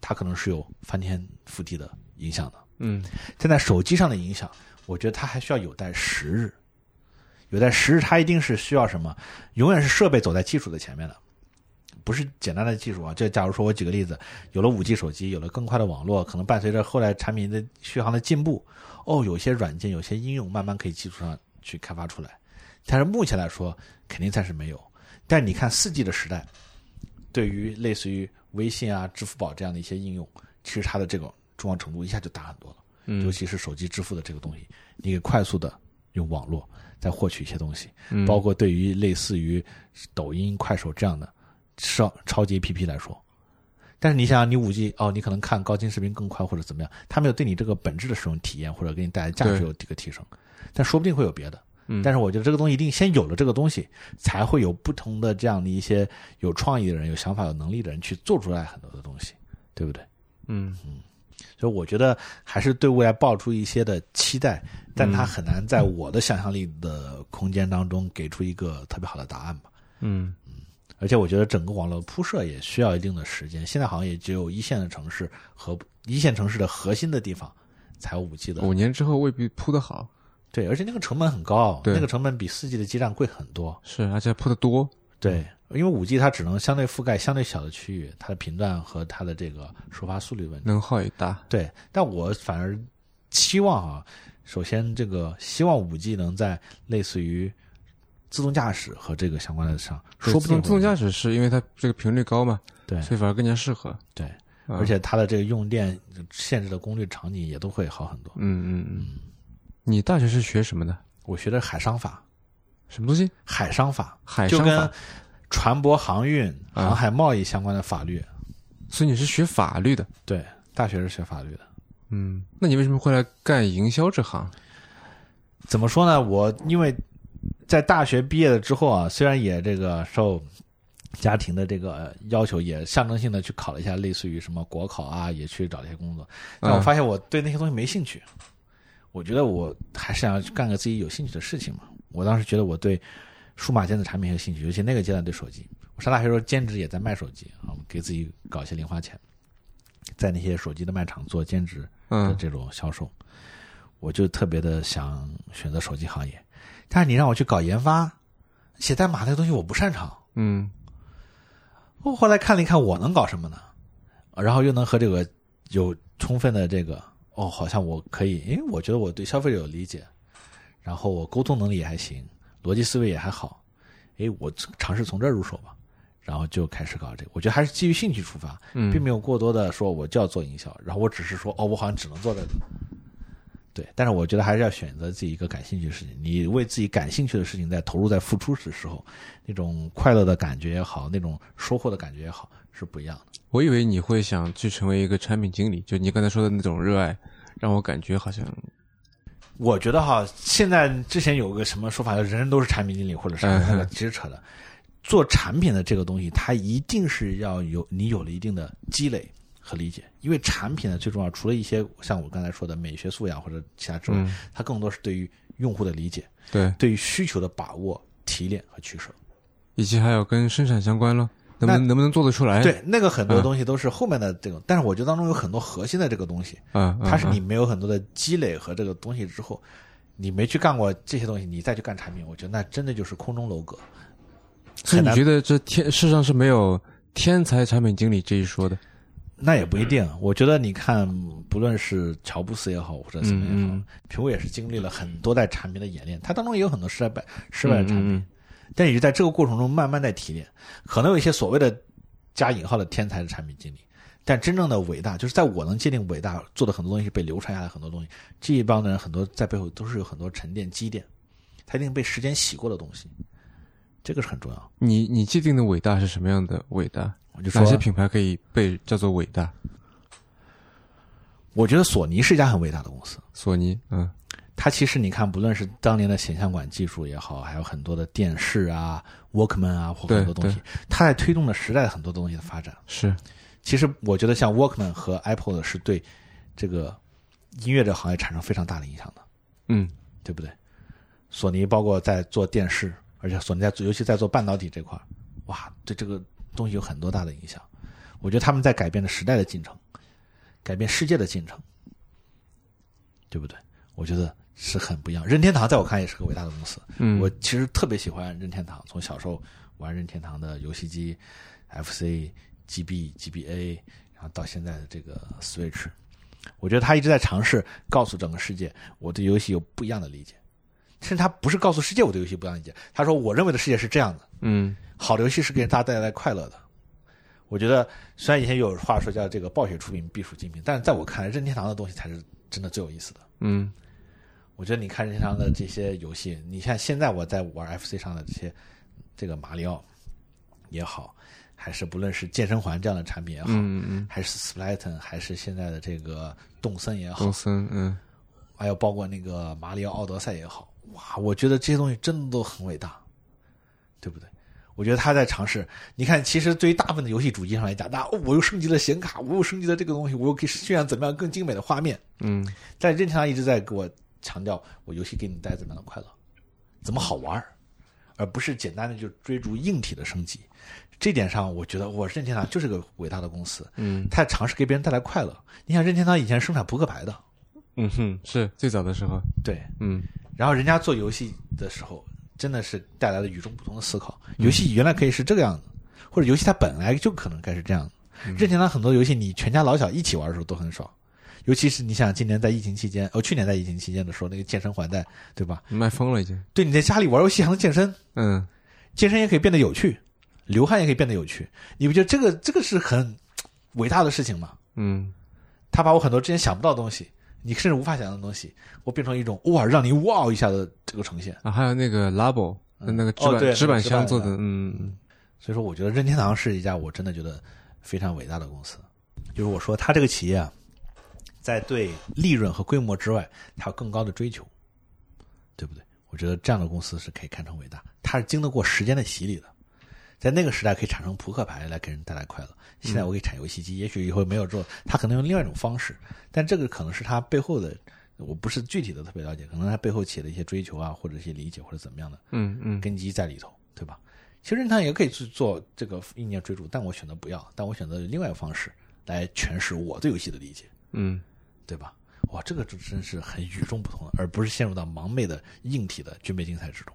S3: 它可能是有翻天覆地的影响的。
S1: 嗯
S3: 现在手机上的影响，我觉得它还需要有待时日，有待时日，它一定是需要什么？永远是设备走在技术的前面的，不是简单的技术啊。就假如说我举个例子，有了五 G 手机，有了更快的网络，可能伴随着后来产品的续航的进步，哦，有些软件、有些应用慢慢可以技术上去开发出来。但是目前来说，肯定暂时没有。但你看四 G 的时代，对于类似于微信啊、支付宝这样的一些应用，其实它的这种重要程度一下就大很多了。
S1: 嗯
S3: 尤其是手机支付的这个东西，你可以快速的用网络再获取一些东西，
S1: 嗯
S3: 包括对于类似于抖音、快手这样的超超级 APP 来说。但是你想想，你五 G 哦，你可能看高清视频更快或者怎么样，它没有对你这个本质的使用体验或者给你带来价值
S1: 对
S3: 有这个提升，但说不定会有别的。
S1: 嗯
S3: 但是我觉得这个东西一定先有了这个东西，才会有不同的这样的一些有创意的人、有想法、有能力的人去做出来很多的东西，对不对？
S1: 嗯
S3: 所以我觉得还是对未来抱出一些的期待，但它很难在我的想象力的空间当中给出一个特别好的答案吧。
S1: 嗯
S3: 而且我觉得整个网络铺设也需要一定的时间，现在好像也只有一线的城市和一线城市的核心的地方才有五 G 的。
S1: 五年之后未必铺得好，
S3: 对，而且那个成本很高，
S1: 对
S3: 那个成本比四 G 的基站贵很多。
S1: 是而且铺得多，
S3: 对，因为五 G 它只能相对覆盖相对小的区域，它的频段和它的这个收发速率问题。
S1: 能耗也大。
S3: 对，但我反而期望啊，首先这个希望五 G 能在类似于自动驾驶和这个相关的上，说不定
S1: 自动自动驾驶
S3: 驶
S1: 是因为它这个频率高嘛，
S3: 对
S1: 所以反而更加适合。
S3: 对，
S1: 啊
S3: 而且它的这个用电限制的功率场景也都会好很多。
S1: 嗯嗯嗯，你大学是学什么的？
S3: 我学的海商法，
S1: 什么东西？
S3: 海商法
S1: 海
S3: 就
S1: 商
S3: 跟
S1: 法。
S3: 船舶航运、
S1: 啊
S3: 航海贸易相关的法律。
S1: 所以你是学法律的？
S3: 对，大学是学法律的。
S1: 嗯，那你为什么会来干营销这行？
S3: 怎么说呢？我因为在大学毕业了之后啊，虽然也这个受家庭的这个呃要求，也象征性的去考了一下类似于什么国考啊，也去找了一些工作，但我
S1: 嗯
S3: 发现我对那些东西没兴趣。我觉得我还是想要去干个自己有兴趣的事情嘛。我当时觉得我对数码电子产品很有兴趣，尤其那个阶段对手机。我上大学的时候兼职也在卖手机啊，给自己搞一些零花钱，在那些手机的卖场做兼职。的
S1: 嗯
S3: 这种销售，我就特别的想选择手机行业。但是你让我去搞研发、写代码那个东西，我不擅长。
S1: 嗯
S3: 我后来看了一看，我能搞什么呢？然后又能和这个有充分的这个哦，好像我可以，因为我觉得我对消费者有理解，然后我沟通能力也还行，逻辑思维也还好，诶，我尝试从这儿入手吧，然后就开始搞这个。我觉得还是基于兴趣出发，
S1: 嗯
S3: 并没有过多的说我就要做营销，然后我只是说哦，我好像只能做这个。对，但是我觉得还是要选择自己一个感兴趣的事情。你为自己感兴趣的事情在投入、在付出的时候，那种快乐的感觉也好，那种收获的感觉也好，是不一样的。
S1: 我以为你会想去成为一个产品经理，就你刚才说的那种热爱，让我感觉好像
S3: 我觉得哈，现在之前有个什么说法，人人都是产品经理或者啥
S1: 嗯，
S3: 那个其实扯的。做产品的这个东西，它一定是要有你有了一定的积累和理解，因为产品呢最重要，除了一些像我刚才说的美学素养或者其他之外，
S1: 嗯
S3: 它更多是对于用户的理解、
S1: 对，
S3: 对于需求的把握、提炼和取舍。
S1: 以及还有跟生产相关咯，能不
S3: 那
S1: 能能不能做得出来？
S3: 对，那个很多东西都是后面的这种，但是我觉得当中有很多核心的这个东西，
S1: 嗯，嗯，
S3: 它是
S1: 嗯
S3: 你没有很多的积累和这个东西之后，你没去干过这些东西，你再去干产品，我觉得那真的就是空中楼阁。
S1: 所以
S3: 很
S1: 你
S3: 难
S1: 觉得这天世上是没有天才产品经理这一说的？
S3: 那也不一
S1: 嗯
S3: 定，我觉得你看，不论是乔布斯也好，或者怎么样也好，
S1: 嗯
S3: 苹果也是经历了很多代产品的演练，它当中也有很多失败失
S1: 嗯
S3: 败的产品，
S1: 嗯
S3: 但也是在这个过程中慢慢在提炼，可能有一些所谓的加引号的天才的产品经理，但真正的伟大，就是在我能界定伟大做的很多东西被流传下来很多东西，这一帮人很多在背后都是有很多沉淀积淀，他一定被时间洗过的东西，这个是很重要。
S1: 你你界定的伟大是什么样的伟大？
S3: 我就说
S1: 哪些品牌可以被叫做伟大？
S3: 我觉得索尼是一家很伟大的公司。
S1: 索尼，嗯
S3: 它其实你看，不论是当年的显像管技术也好，还有很多的电视啊、Walkman 啊，或
S1: 对
S3: 很多东西
S1: 对，
S3: 它在推动了时代很多东西的发展。
S1: 是，
S3: 其实我觉得像 Walkman 和 Apple 是对这个音乐这个行业产生非常大的影响的，
S1: 嗯
S3: 对不对？索尼包括在做电视，而且索尼在做，尤其在做半导体这块儿，哇，对这个东西有很多大的影响。我觉得他们在改变着时代的进程，改变世界的进程，对不对？我觉得是很不一样。任天堂在我看也是个伟大的公司，
S1: 嗯，
S3: 我其实特别喜欢任天堂，从小时候玩任天堂的游戏机， FC、GB、GBA，然后到现在的这个 Switch，我觉得他一直在尝试告诉整个世界，我对游戏有不一样的理解。甚至他不是告诉世界我对游戏不一样的理解，他说我认为的世界是这样的，
S1: 嗯
S3: 好的游戏是给大家带来快乐的。我觉得虽然以前有话说叫这个暴雪出品必属精品，但是在我看来，任天堂的东西才是真的最有意思的。
S1: 嗯
S3: 我觉得你看任天堂的这些游戏，你像现在我在玩 FC 上的这些，这个马里奥也好，还是不论是健身环这样的产品也好，
S1: 嗯嗯，
S3: 还是 Splatoon，还是现在的这个动森也好
S1: 公，森，嗯
S3: 还有包括那个马里奥奥德赛也好，哇，我觉得这些东西真的都很伟大，对不对？我觉得他在尝试。你看，其实对于大部分的游戏主机上来讲，那、哦我又升级了显卡，我又升级了这个东西，我又可以渲染怎么样更精美的画面。
S1: 嗯
S3: 但任天堂一直在给我强调，我游戏给你带来怎么样的快乐，怎么好玩儿，而不是简单的就追逐硬体的升级。这点上，我觉得我任天堂就是个伟大的公司，
S1: 嗯
S3: 它尝试给别人带来快乐。你想，任天堂以前生产扑克牌的，
S1: 嗯哼，是最早的时候，
S3: 对，
S1: 嗯
S3: 然后人家做游戏的时候，真的是带来了与众不同的思考。游戏原来可以是这个样子，或者游戏它本来就可能该是这样子。任天堂很多游戏，你全家老小一起玩的时候都很爽，尤其是你想今年在疫情期间，哦，去年在疫情期间的时候，那个健身环带，对吧？
S1: 卖疯了已经，
S3: 对，你在家里玩游戏还能健身，
S1: 嗯
S3: 健身也可以变得有趣，流汗也可以变得有趣，你不觉得这个这个是很伟大的事情吗？
S1: 嗯
S3: 他把我很多之前想不到的东西，你甚至无法想象的东西，我变成一种哇，让你哇一下的这个呈现。
S1: 啊，还有那个 Labo 那个纸
S3: 哦对
S1: 板纸板箱做
S3: 纸
S1: 的，
S3: 板
S1: 嗯
S3: 所以说，我觉得任天堂是一家我真的觉得非常伟大的公司。就是我说，它这个企业啊，在对利润和规模之外，它有更高的追求，对不对？我觉得这样的公司是可以看成伟大，它是经得过时间的洗礼的。在那个时代可以产生扑克牌来给人带来快乐，现在我给产游戏机，也许以后没有之后，它可能用另外一种方式，但这个可能是它背后的，我不是具体的特别了解，可能它背后企业的一些追求啊，或者一些理解或者怎么样的，
S1: 嗯嗯
S3: 根基在里头，对吧？其实任天堂也可以去做这个意念追逐，但我选择不要，但我选择另外一个方式来诠释我对游戏的理解，
S1: 嗯
S3: 对吧？哇，这个真是很与众不同的，而不是陷入到盲昧的硬体的军备竞赛之中。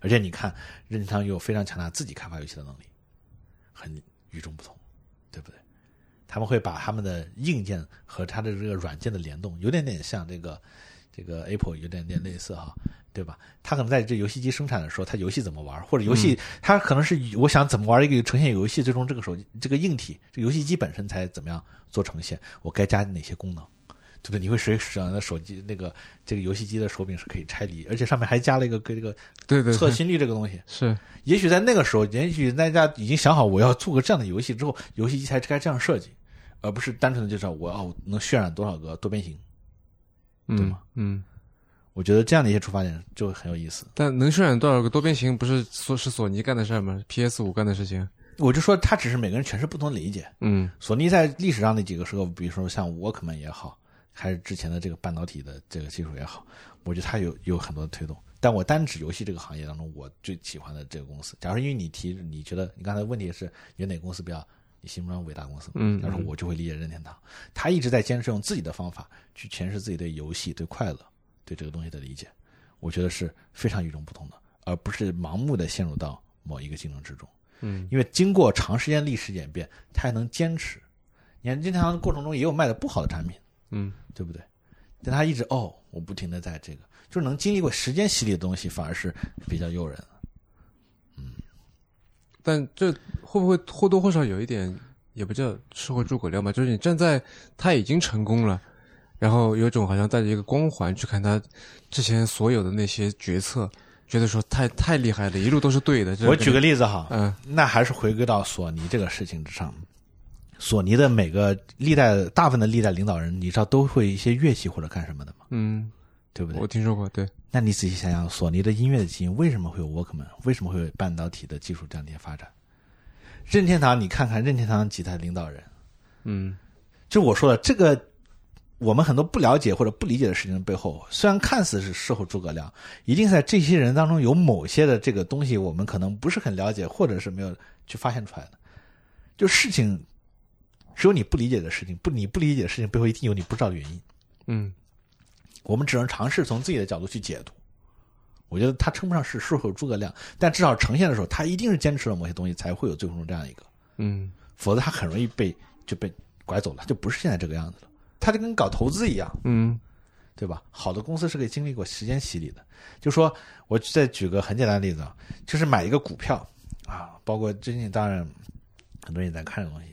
S3: 而且你看，任天堂也有非常强大自己开发游戏的能力，很与众不同，对不对？他们会把他们的硬件和它的这个软件的联动，有点点像这个这个 Apple 有点点类似哈，对吧？它可能在这游戏机生产的时候，它游戏怎么玩，或者游戏它可能是以我想怎么玩一个呈现游戏，最终这个手机这个硬体这个游戏机本身才怎么样做呈现，我该加哪些功能，对不对？你会谁想的手机那个这个游戏机的手柄是可以拆离，而且上面还加了一个跟这个
S1: 对对
S3: 测
S1: 对
S3: 心率这个东西，
S1: 是
S3: 也许在那个时候，也许大家已经想好我要做个这样的游戏之后，游戏机才该这样设计，而不是单纯的就是我要能渲染多少个多边形。对
S1: 嗯
S3: 吗
S1: 嗯，
S3: 我觉得这样的一些出发点就很有意思。
S1: 但能渲染多少个多边形不是索是索尼干的事儿吗？PS 五干的事情，
S3: 我就说，它只是每个人诠释不同的理解。
S1: 嗯
S3: 索尼在历史上的几个时候，比如说像 Walkman 也好，还是之前的这个半导体的这个技术也好，我觉得它有有很多的推动。但我单指游戏这个行业当中，我最喜欢的这个公司，假如因为你提，你觉得你刚才问题是有哪个公司比较你心目中伟大公司？
S1: 嗯
S3: 假如我就会理解任天堂，他一直在坚持用自己的方法去诠释自己对游戏、对快乐、对这个东西的理解，我觉得是非常与众不同的，而不是盲目的陷入到某一个竞争之中。
S1: 嗯
S3: 因为经过长时间历史演变，它还能坚持。你看任天堂的过程中也有卖的不好的产品，
S1: 嗯
S3: 对不对？但他一直哦，我不停的在这个，就是能经历过时间洗礼的东西，反而是比较诱人的。
S1: 但这会不会或多或少有一点，也不叫吃回诸葛亮吧？就是你站在他已经成功了，然后有一种好像带着一个光环去看他之前所有的那些决策，觉得说太太厉害了，一路都是对的。这
S3: 我举个例子哈，
S1: 嗯
S3: 那还是回归到索尼这个事情之上。索尼的每个历代大部分的历代领导人，你知道都会一些乐器或者干什么的嘛，
S1: 嗯，
S3: 对不对
S1: 我？听说过，对，
S3: 那你仔细想想，索尼的音乐的基因为什么会有 Walkman？为什么会有半导体的技术这样的一些发展？任天堂，你看看任天堂几代领导人，
S1: 嗯
S3: 就我说的这个，我们很多不了解或者不理解的事情的背后，虽然看似是事后诸葛亮，一定在这些人当中有某些的这个东西，我们可能不是很了解，或者是没有去发现出来的。就事情，只有你不理解的事情，不你不理解的事情背后一定有你不知道的原因。
S1: 嗯
S3: 我们只能尝试从自己的角度去解读，我觉得它称不上是是否有诸葛亮，但至少呈现的时候，他一定是坚持了某些东西，才会有最终这样一个，
S1: 嗯
S3: 否则他很容易被就被拐走了，就不是现在这个样子了。他就跟搞投资一样，
S1: 嗯
S3: 对吧？好的公司是可以经历过时间洗礼的。就说我再举个很简单的例子啊，就是买一个股票啊，包括最近当然很多人也在看这个东西。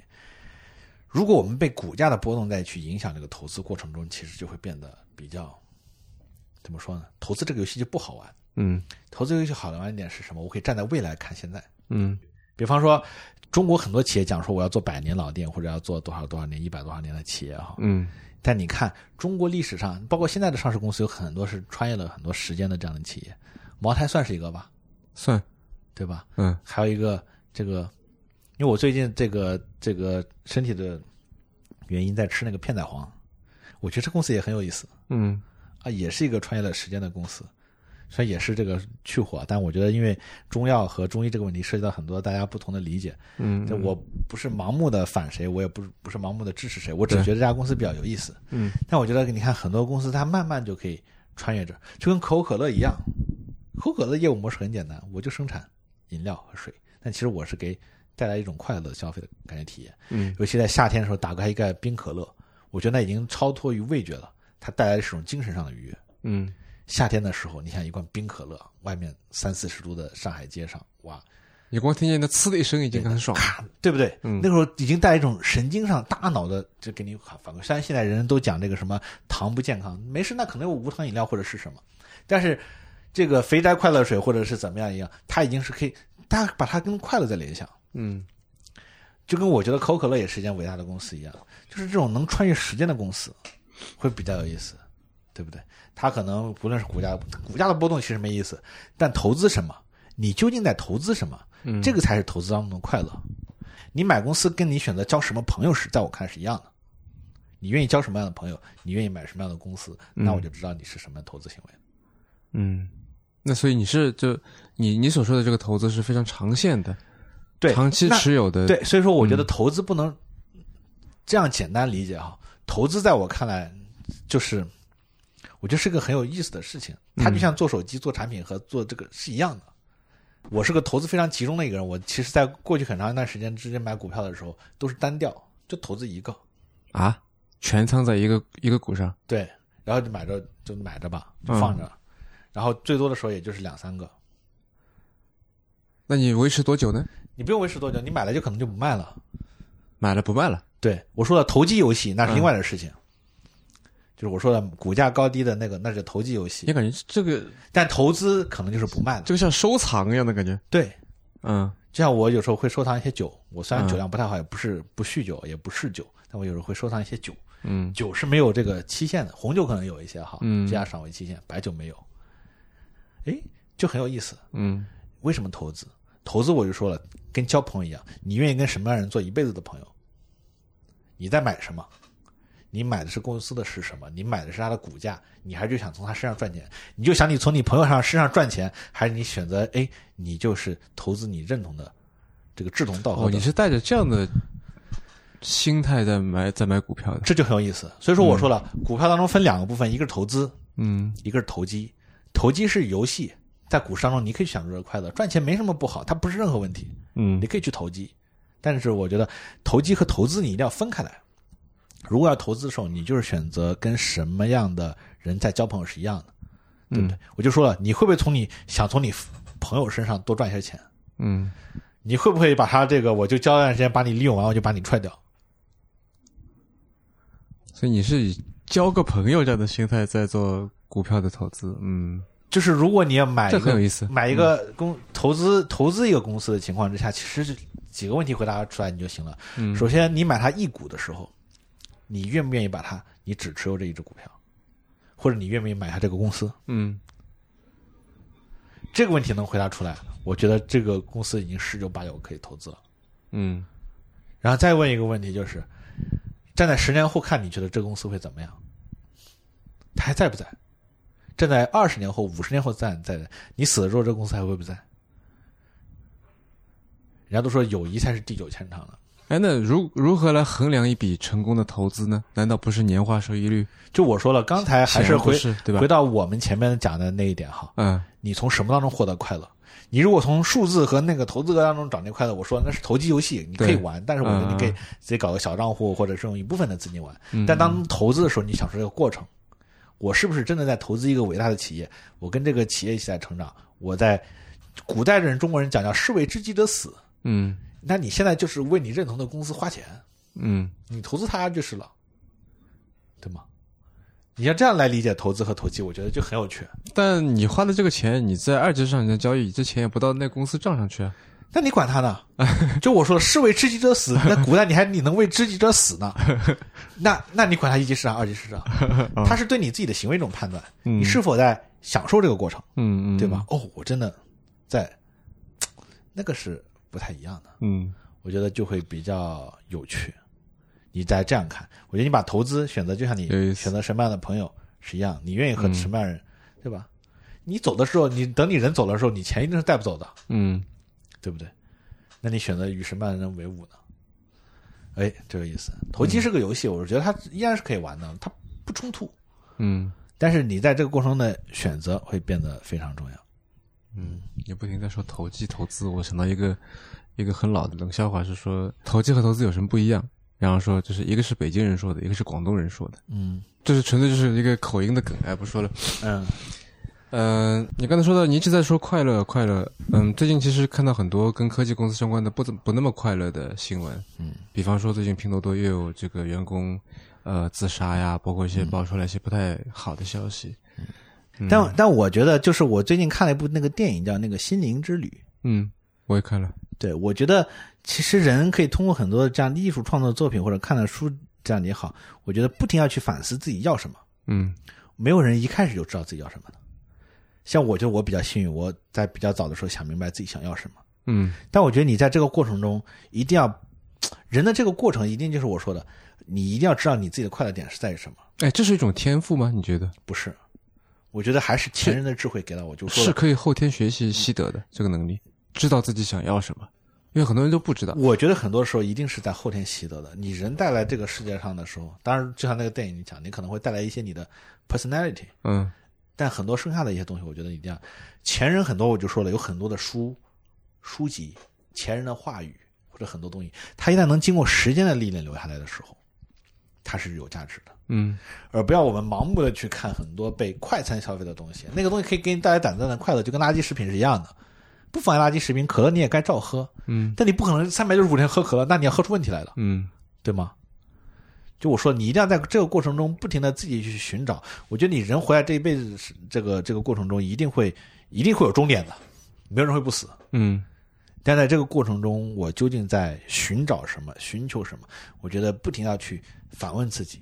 S3: 如果我们被股价的波动再去影响这个投资过程中，其实就会变得比较怎么说呢？投资这个游戏就不好玩。
S1: 嗯
S3: 投资游戏好玩一点是什么？我可以站在未来看现在。
S1: 嗯
S3: 比方说，中国很多企业讲说我要做百年老店，或者要做多少多少年、一百多少年的企业哈。
S1: 嗯
S3: 但你看，中国历史上，包括现在的上市公司，有很多是穿越了很多时间的这样的企业，茅台算是一个吧，
S1: 算
S3: 对吧？
S1: 嗯
S3: 还有一个这个，因为我最近这个这个身体的原因在吃那个片仔癀，我觉得这公司也很有意思
S1: 嗯
S3: 啊，也是一个穿越了时间的公司，虽然也是这个去火，但我觉得因为中药和中医这个问题涉及到很多大家不同的理解，
S1: 嗯
S3: 这我不是盲目的反谁，我也不是不是盲目的支持谁，我只是
S1: 对
S3: 觉得这家公司比较有意思。
S1: 嗯，
S3: 但我觉得你看很多公司，它慢慢就可以穿越着，就跟可口可乐一样。可口可乐的业务模式很简单，我就生产饮料和水，但其实我是给带来一种快乐的消费的感觉体验。
S1: 嗯
S3: 尤其在夏天的时候，打开一个冰可乐，我觉得那已经超脱于味觉了，它带来的是一种精神上的愉悦。
S1: 嗯
S3: 夏天的时候，你想一罐冰可乐，外面三四十度的上海街上，哇，
S1: 你光听见那呲的一声已经很爽了，
S3: 咔，对不对？
S1: 嗯
S3: 那个时候已经带一种神经上、大脑的，就给你反馈。虽然现在人人都讲这个什么糖不健康，没事，那可能有无糖饮料或者是什么，但是这个肥宅快乐水或者是怎么样一样，它已经是可以，大家把它跟快乐再联想，
S1: 嗯
S3: 就跟我觉得可口可乐也是一件伟大的公司一样，就是这种能穿越时间的公司会比较有意思，对不对？它可能无论是股价，股价的波动其实没意思，但投资什么，你究竟在投资什么？
S1: 嗯，
S3: 这个才是投资当中的快乐。你买公司跟你选择交什么朋友是，在我看是一样的。你愿意交什么样的朋友，你愿意买什么样的公司，
S1: 嗯
S3: 那我就知道你是什么样的投资行为。
S1: 嗯，那所以你是就你你所说的这个投资是非常长线的，
S3: 对，
S1: 长期
S3: 那
S1: 持有的，
S3: 对，所以说我觉得投资不能这样简单理解哈。投资在我看来，就是我觉得是个很有意思的事情，它就像做手机、做产品和做这个是一样的。我是个投资非常集中的一个人，我其实在过去很长一段时间之间买股票的时候都是单调，就投资一个。
S1: 啊，全仓在一个一个股上，
S3: 对，然后就买着就买着吧，就放着，然后最多的时候也就是两三个，
S1: 那你维持多久呢？
S3: 你不用维持多久，你买了就可能就不卖了。
S1: 买了不卖了，
S3: 对我说的投机游戏那
S1: 嗯
S3: 是另外的事情，就是我说的股价高低的那个那是投机游
S1: 也
S3: 戏，
S1: 感觉这个
S3: 但投资可能就是不卖了。
S1: 这个像收藏一样的感觉，
S3: 对，
S1: 嗯
S3: 就像我有时候会收藏一些酒，我虽然
S1: 嗯
S3: 酒量不太好，也不是不酗酒，也不嗜酒，但我有时候会收藏一些酒。
S1: 嗯
S3: 酒是没有这个期限的，红酒可能有一些哈，
S1: 嗯
S3: 这样赏味期限，白酒没有。哎，就很有意思。
S1: 嗯
S3: 为什么投资？投资我就说了，跟交朋友一样，你愿意跟什么样的人做一辈子的朋友？你在买什么？你买的是公司的是什么？你买的是它的股价？你还是就想从他身上赚钱？你就想你从你朋友上身上赚钱，还是你选择哎，你就是投资你认同的这个志同道合
S1: 哦，
S3: 的？
S1: 你是带着这样的心态在买在买股票的，
S3: 这就很有意思。所以说我说了，股票当中分两个部分，一个是投资，
S1: 嗯
S3: 一个是投机。投机是游戏，在股市当中你可以享受这个快乐，赚钱没什么不好，它不是任何问题。
S1: 嗯
S3: 你可以去投机，但是我觉得投机和投资你一定要分开来。如果要投资的时候，你就是选择跟什么样的人在交朋友是一样的，对不对？我就说了，你会不会从你想从你朋友身上多赚一些钱？
S1: 嗯
S3: 你会不会把他这个我就交一段时间把你利用完，我就把你踹掉？
S1: 所以你是以交个朋友这样的心态在做股票的投资，嗯，
S3: 就是如果你要买一
S1: 这很有
S3: 个
S1: 意思，嗯
S3: 买一个公投资投资一个公司的情况之下，其实就几个问题回答出来你就行了。
S1: 嗯
S3: 首先，你买它一股的时候，你愿不愿意把它你只持有这一只股票，或者你愿不愿意买它这个公司？
S1: 嗯
S3: 这个问题能回答出来，我觉得这个公司已经十有八九可以投资了。
S1: 嗯
S3: 然后再问一个问题，就是站在十年后看，你觉得这个公司会怎么样？它还在不在？站在二十年后、五十年后在不在？你死了之后，这个公司还会不会在？人家都说友谊才是地久天长的，
S1: 哎，那如如何来衡量一笔成功的投资呢？难道不是年化收益率？
S3: 就我说了，刚才还
S1: 显
S3: 是
S1: 然不
S3: 回
S1: 是对吧
S3: 回？到我们前面讲的那一点哈，
S1: 嗯，
S3: 你从什么当中获得快乐？你如果从数字和那个投资额当中找那快乐，我说那是投机游戏，你可以
S1: 对
S3: 玩，但是我觉得你可以
S1: 嗯
S3: 自己搞个小账户，或者是用一部分的资金玩。
S1: 嗯
S3: 但当投资的时候，你享受这个过程，我是不是真的在投资一个伟大的企业？我跟这个企业一起在成长，我在古代人中国人讲叫“士为知己者死
S1: 嗯”，
S3: 那你现在就是为你认同的公司花钱，
S1: 嗯
S3: 你投资它就是了，对吗？你要这样来理解投资和投机，我觉得就很有趣。
S1: 但你花的这个钱，你在二级市场上交易之前也不到那公司账上去啊。
S3: 那你管他呢？ 就我说，士为知己 者死。那古代你还你能为知己者死呢？那那你管他一级市场、二级 市场？他是对你自己的行为一种判断，
S1: 啊嗯
S3: 你是否在享受这个过程，
S1: 嗯嗯，
S3: 对吧？？哦，我真的在，那个是不太一样的。
S1: 嗯
S3: 我觉得就会比较有趣。你再这样看，我觉得你把投资选择，就像你
S1: 有意思
S3: 选择什么样的朋友是一样，你愿意和
S1: 嗯
S3: 什么样的人，对吧？你走的时候，你等你人走的时候，你钱一定是带不走的。
S1: 嗯，
S3: 对不对？那你选择与什么样的人为伍呢？哎，这个意思。投机是个游戏，我是觉得它依然是可以玩的，它不冲突。
S1: 嗯
S3: 但是你在这个过程中的选择会变得非常重要。
S1: 嗯，你不停在说投机投资，我想到一个一个很老的冷笑话，是说投机和投资有什么不一样？然后说就是一个是北京人说的，一个是广东人说的，
S3: 嗯
S1: 这是纯粹就是一个口音的梗，哎，不说了。
S3: 嗯
S1: 嗯、你刚才说到你一直在说快乐快乐，嗯，最近其实看到很多跟科技公司相关的不怎不那么快乐的新闻，
S3: 嗯，
S1: 比方说最近拼多多又有这个员工呃自杀呀，包括一些爆出来一些不太好的消息，
S3: 但但我觉得，就是我最近看了一部那个电影，叫那个《心灵之旅》。
S1: 嗯，我也看了，
S3: 对，我觉得其实人可以通过很多这样的艺术创作作品或者看的书这样也好，我觉得不停要去反思自己要什么。
S1: 嗯
S3: 没有人一开始就知道自己要什么的。像我觉得我比较幸运，我在比较早的时候想明白自己想要什么。
S1: 嗯
S3: 但我觉得你在这个过程中，一定要人的这个过程，一定就是我说的，你一定要知道你自己的快乐点是在于什么。
S1: 哎，这是一种天赋吗？你觉得
S3: 不是，我觉得还是前人的智慧给到我，就说
S1: 是
S3: 了，
S1: 可以后天学习习得的这个能力，知道自己想要什么，因为很多人都不知道。
S3: 我觉得很多时候一定是在后天习得的。你人带来这个世界上的时候，当然就像那个电影里讲，你可能会带来一些你的 personality，
S1: 嗯
S3: 但很多剩下的一些东西，我觉得一定要前人很多，我就说了，有很多的书、书籍、前人的话语或者很多东西，它一旦能经过时间的历练留下来的时候，它是有价值的。
S1: 嗯
S3: 而不要我们盲目的去看很多被快餐消费的东西。那个东西可以给你带来短暂的快乐，就跟垃圾食品是一样的。不妨碍垃圾食品，可乐你也该照喝，
S1: 嗯
S3: 但你不可能三百六十五天喝可乐，那你要喝出问题来了，
S1: 嗯
S3: 对吗？就我说，你一定要在这个过程中不停的自己去寻找。我觉得你人活在这一辈子是这个这个过程中，一定会一定会有终点的，没有人会不死。
S1: 嗯
S3: 但在这个过程中，我究竟在寻找什么，寻求什么？我觉得不停要去反问自己。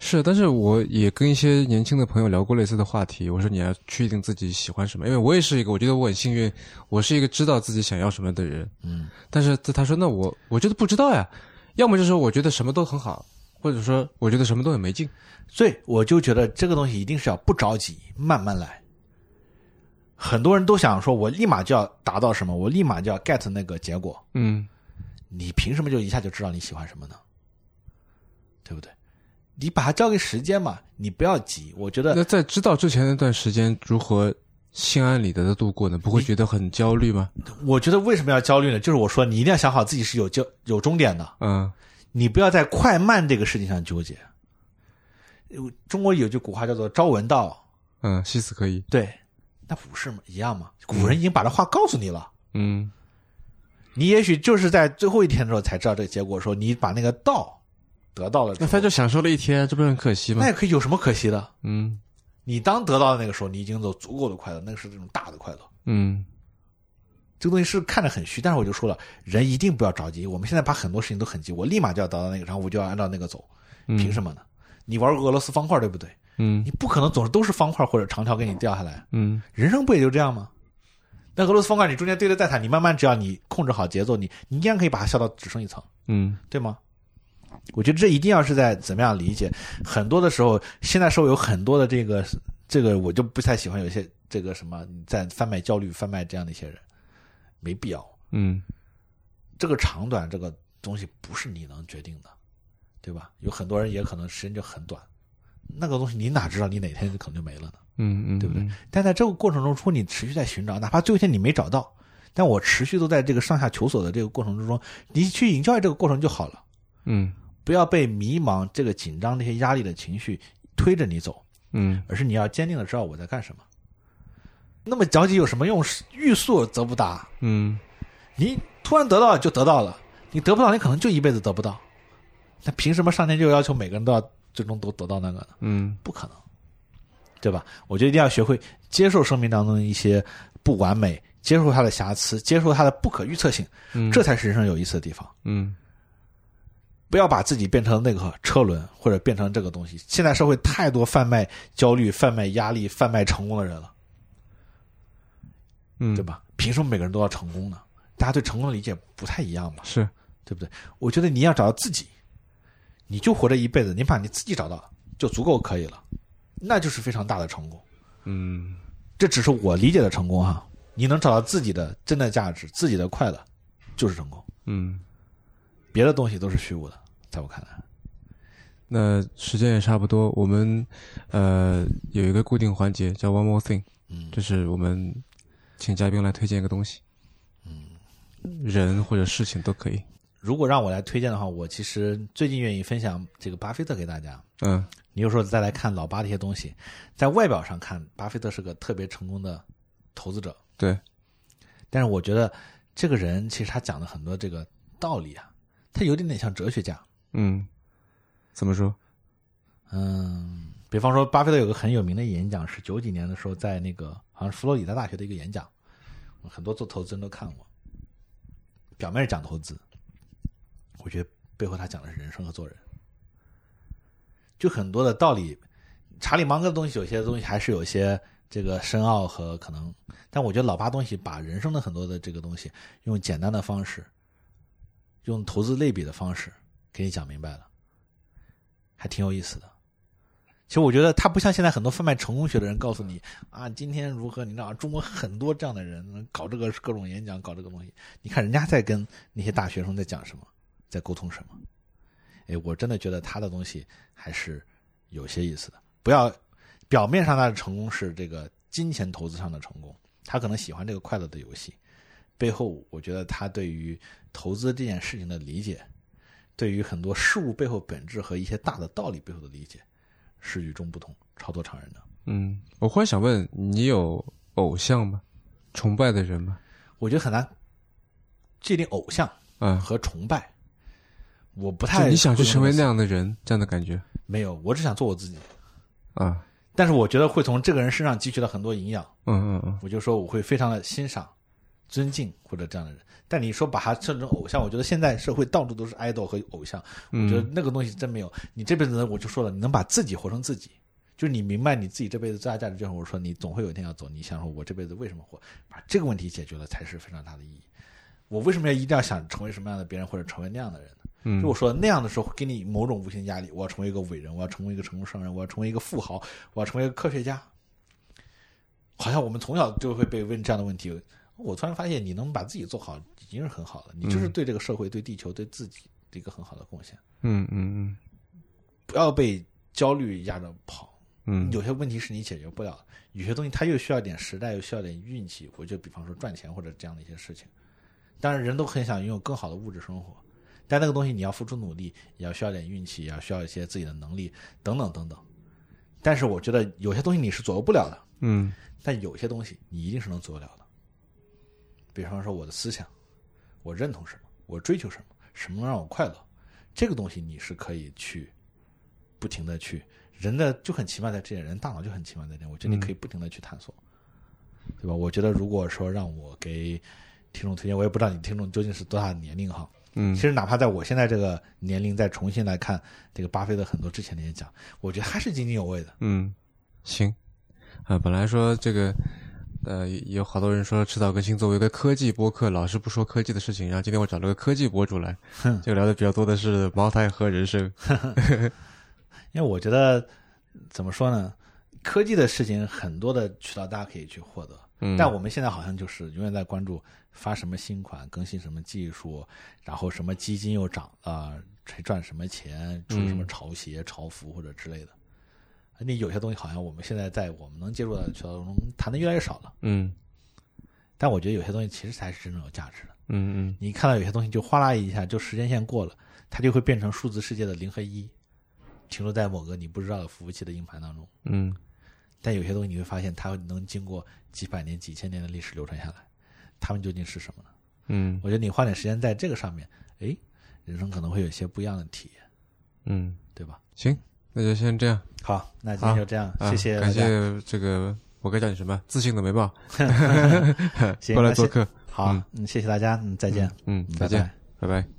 S1: 是，但是我也跟一些年轻的朋友聊过类似的话题。我说你要确定自己喜欢什么，因为我也是一个，我觉得我很幸运，我是一个知道自己想要什么的人。
S3: 嗯，
S1: 但是他说，那我我觉得不知道呀，要么就是我觉得什么都很好，或者说我觉得什么都很没劲。
S3: 所以我就觉得这个东西一定是要不着急，慢慢来。很多人都想说，我立马就要达到什么，我立马就要 get 那个结果。
S1: 嗯
S3: 你凭什么就一下就知道你喜欢什么呢？对不对？你把它交给时间嘛，你不要急。我觉得
S1: 那在知道之前那段时间如何心安理得的度过呢？不会觉得很焦虑吗？
S3: 我觉得为什么要焦虑呢？就是我说，你一定要想好自己是有交有终点的，
S1: 嗯
S3: 你不要在快慢这个事情上纠结。呃中国有句古话叫做“朝闻道
S1: 嗯，惜死可以。”，
S3: 对，那不是吗？一样吗？古人已经把这话告诉你了，
S1: 嗯
S3: 你也许就是在最后一天的时候才知道这个结果的时候，说你把那个道得到了之
S1: 那
S3: 后，
S1: 他就享受了一天，这不是很可惜吗
S3: 那？也可以有什么可惜的？
S1: 嗯
S3: 你当得到的那个时候，你已经有足够的快乐，那个是这种大的快乐。
S1: 嗯
S3: 这个东西是看着很虚，但是我就说了，人一定不要着急。我们现在把很多事情都很急，我立马就要达到那个，然后我就要按照那个走，
S1: 嗯
S3: 凭什么呢？你玩过俄罗斯方块对不对？
S1: 嗯
S3: 你不可能总是都是方块或者长条给你掉下来，
S1: 嗯
S3: 人生不也就这样吗？那俄罗斯方块你中间堆的再惨，你慢慢只要你控制好节奏，你你依然可以把它削到只剩一层。
S1: 嗯
S3: 对吗？我觉得这一定要是在怎么样理解？很多的时候，现在社会有很多的这个这个，我就不太喜欢有一些这个什么你在贩卖焦虑、贩卖这样的一些人，没必要。
S1: 嗯
S3: 这个长短，这个东西不是你能决定的，对吧？有很多人也可能时间就很短，那个东西你哪知道你哪天就可能就没了呢？
S1: 嗯嗯，
S3: 对不对？但在这个过程中，如果你持续在寻找，哪怕最后一天你没找到，但我持续都在这个上下求索的这个过程之中，你去 enjoy 这个过程就好了，
S1: 嗯
S3: 不要被迷茫、这个紧张、这些压力的情绪推着你走，
S1: 嗯
S3: 而是你要坚定的知道我在干什么。那么着急有什么用？欲速则不达。
S1: 嗯
S3: 你突然得到就得到了，你得不到，你可能就一辈子得不到。那凭什么上天就要求每个人都要最终都得到那个呢？
S1: 嗯
S3: 不可能，对吧？我觉得一定要学会接受生命当中的一些不完美，接受它的瑕疵，接受它的不可预测性，
S1: 嗯，
S3: 这才是人生有意思的地方。
S1: 嗯
S3: 不要把自己变成那个车轮，或者变成这个东西。现在社会太多贩卖焦虑、贩卖压力、贩卖成功的人了，
S1: 嗯，
S3: 对？吧？凭什么每个人都要成功呢？大家对成功的理解不太一样吧？
S1: 是，
S3: 对不对？我觉得你要找到自己，你就活这一辈子，你把你自己找到了，就足够可以了，那就是非常大的成功。
S1: 嗯
S3: 这只是我理解的成功哈、你能找到自己的真的价值、自己的快乐，就是成功，
S1: 嗯。
S3: 别的东西都是虚无的，在我看来。
S1: 那时间也差不多，我们呃有一个固定环节叫 One More Thing，
S3: 嗯
S1: 这是我们请嘉宾来推荐一个东西，嗯，人或者事情都可以，
S3: 如果让我来推荐的话，我其实最近愿意分享这个巴菲特给大家。
S1: 嗯
S3: 你有时候再来看老巴这些东西，在外表上看，巴菲特是个特别成功的投资者，
S1: 对，
S3: 但是我觉得这个人其实他讲的很多这个道理啊，他有点点像哲学家。
S1: 嗯，怎么说？
S3: 嗯，比方说，巴菲特有个很有名的演讲是九几年的时候在那个好像是佛罗里达大学的一个演讲，很多做投资人都看过。表面讲投资，我觉得背后他讲的是人生和做人，就很多的道理。查理芒格的东西有些东西还是有些这个深奥和可能，但我觉得老八东西把人生的很多的这个东西用简单的方式，用投资类比的方式给你讲明白了，还挺有意思的。其实我觉得他不像现在很多贩卖成功学的人告诉你啊，今天如何，你知道中国很多这样的人搞这个各种演讲，搞这个东西。你看人家在跟那些大学生在讲什么，在沟通什么。哎，我真的觉得他的东西还是有些意思的。不要表面上他的成功是这个金钱投资上的成功，他可能喜欢这个快乐的游戏，背后我觉得他对于投资这件事情的理解，对于很多事物背后本质和一些大的道理背后的理解。是与众不同、超脱常人的。
S1: 嗯，我忽然想问，你有偶像吗？崇拜的人吗？
S3: 我觉得很难界定偶像
S1: 啊，
S3: 和崇拜，我不
S1: 就
S3: 太
S1: 你想去成为那样的人，这样的感觉
S3: 没有，我只想做我自己。
S1: 啊，
S3: 但是我觉得会从这个人身上汲取到很多营养，
S1: 嗯嗯嗯，
S3: 我就说我会非常的欣赏、尊敬或者这样的人。但你说把他称成偶像，我觉得现在社会到处都是 idol 和偶像，我觉得
S1: 嗯
S3: 那个东西真没有。你这辈子我就说了，你能把自己活成自己，就是你明白你自己这辈子最大价值就是我说你总会有一天要走，你想说我这辈子为什么活，把这个问题解决了才是非常大的意义。我为什么要一定要想成为什么样的别人或者成为那样的人呢？
S1: 嗯
S3: 就我说那样的时候，会给你某种无形压力。我要成为一个伟人，我要成为一个成功商人，我要成为一个富豪，我要成为一个科学家。好像我们从小就会被问这样的问题。我突然发现，你能把自己做好，已经是很好了。你就是对这个社会、对地球、对自己的一个很好的贡献。
S1: 嗯嗯
S3: 不要被焦虑压着跑。
S1: 嗯嗯
S3: 有些问题是你解决不了的，有些东西它又需要点时代，又需要点运气。我就比方说赚钱或者这样的一些事情。当然，人都很想拥有更好的物质生活，但那个东西你要付出努力，也要需要点运气，也要需要一些自己的能力等等等等。但是我觉得有些东西你是左右不了的，
S1: 嗯
S3: 但有些东西你一定是能左右了的。比方说我的思想，我认同什么，我追求什么，什么能让我快乐，这个东西你是可以去不停的去，人的就很奇妙在这点，人大脑就很奇妙在这点，我觉得你可以不停的去探索，对吧？我觉得如果说让我给听众推荐，我也不知道你听众究竟是多大的年龄哈，
S1: 嗯
S3: 其实哪怕在我现在这个年龄再重新来看这个巴菲特很多之前的演讲，我觉得还是津津有味的。
S1: 嗯，行啊，本来说这个。呃，有好多人说迟早更新作为一个科技播客，老是不说科技的事情。然后今天我找了个科技博主来，就聊的比较多的是茅台和人生。
S3: 因为我觉得怎么说呢，科技的事情很多的渠道大家可以去获得，
S1: 嗯，
S3: 但我们现在好像就是永远在关注发什么新款、更新什么技术，然后什么基金又涨了，谁赚什么钱，出什么
S1: 嗯
S3: 潮鞋、潮服或者之类的。那有些东西好像我们现在在我们能接触的渠道中谈的越来越少了，
S1: 嗯
S3: 但我觉得有些东西其实才是真正有价值的。
S1: 嗯
S3: 你看到有些东西就哗啦一下就时间线过了，它就会变成数字世界的零和一，停留在某个你不知道的服务器的硬盘当中。
S1: 嗯嗯
S3: 但有些东西你会发现，它能经过几百年、几千年的历史流传下来，它们究竟是什么呢？
S1: 嗯
S3: 我觉得你花点时间在这个上面，哎，人生可能会有一些不一样的体验，
S1: 嗯，
S3: 对吧？
S1: 行，那就先这样，
S3: 好，那今天就这样，
S1: 啊、
S3: 谢谢大
S1: 感
S3: 家，
S1: 谢这个我该叫你什么？自信的美宝
S3: 行
S1: 过来
S3: 那
S1: 做
S3: 谢
S1: 客，
S3: 好，嗯，谢谢大家，嗯，再见，
S1: 嗯，
S3: 嗯
S1: 再见，
S3: 拜拜
S1: 拜拜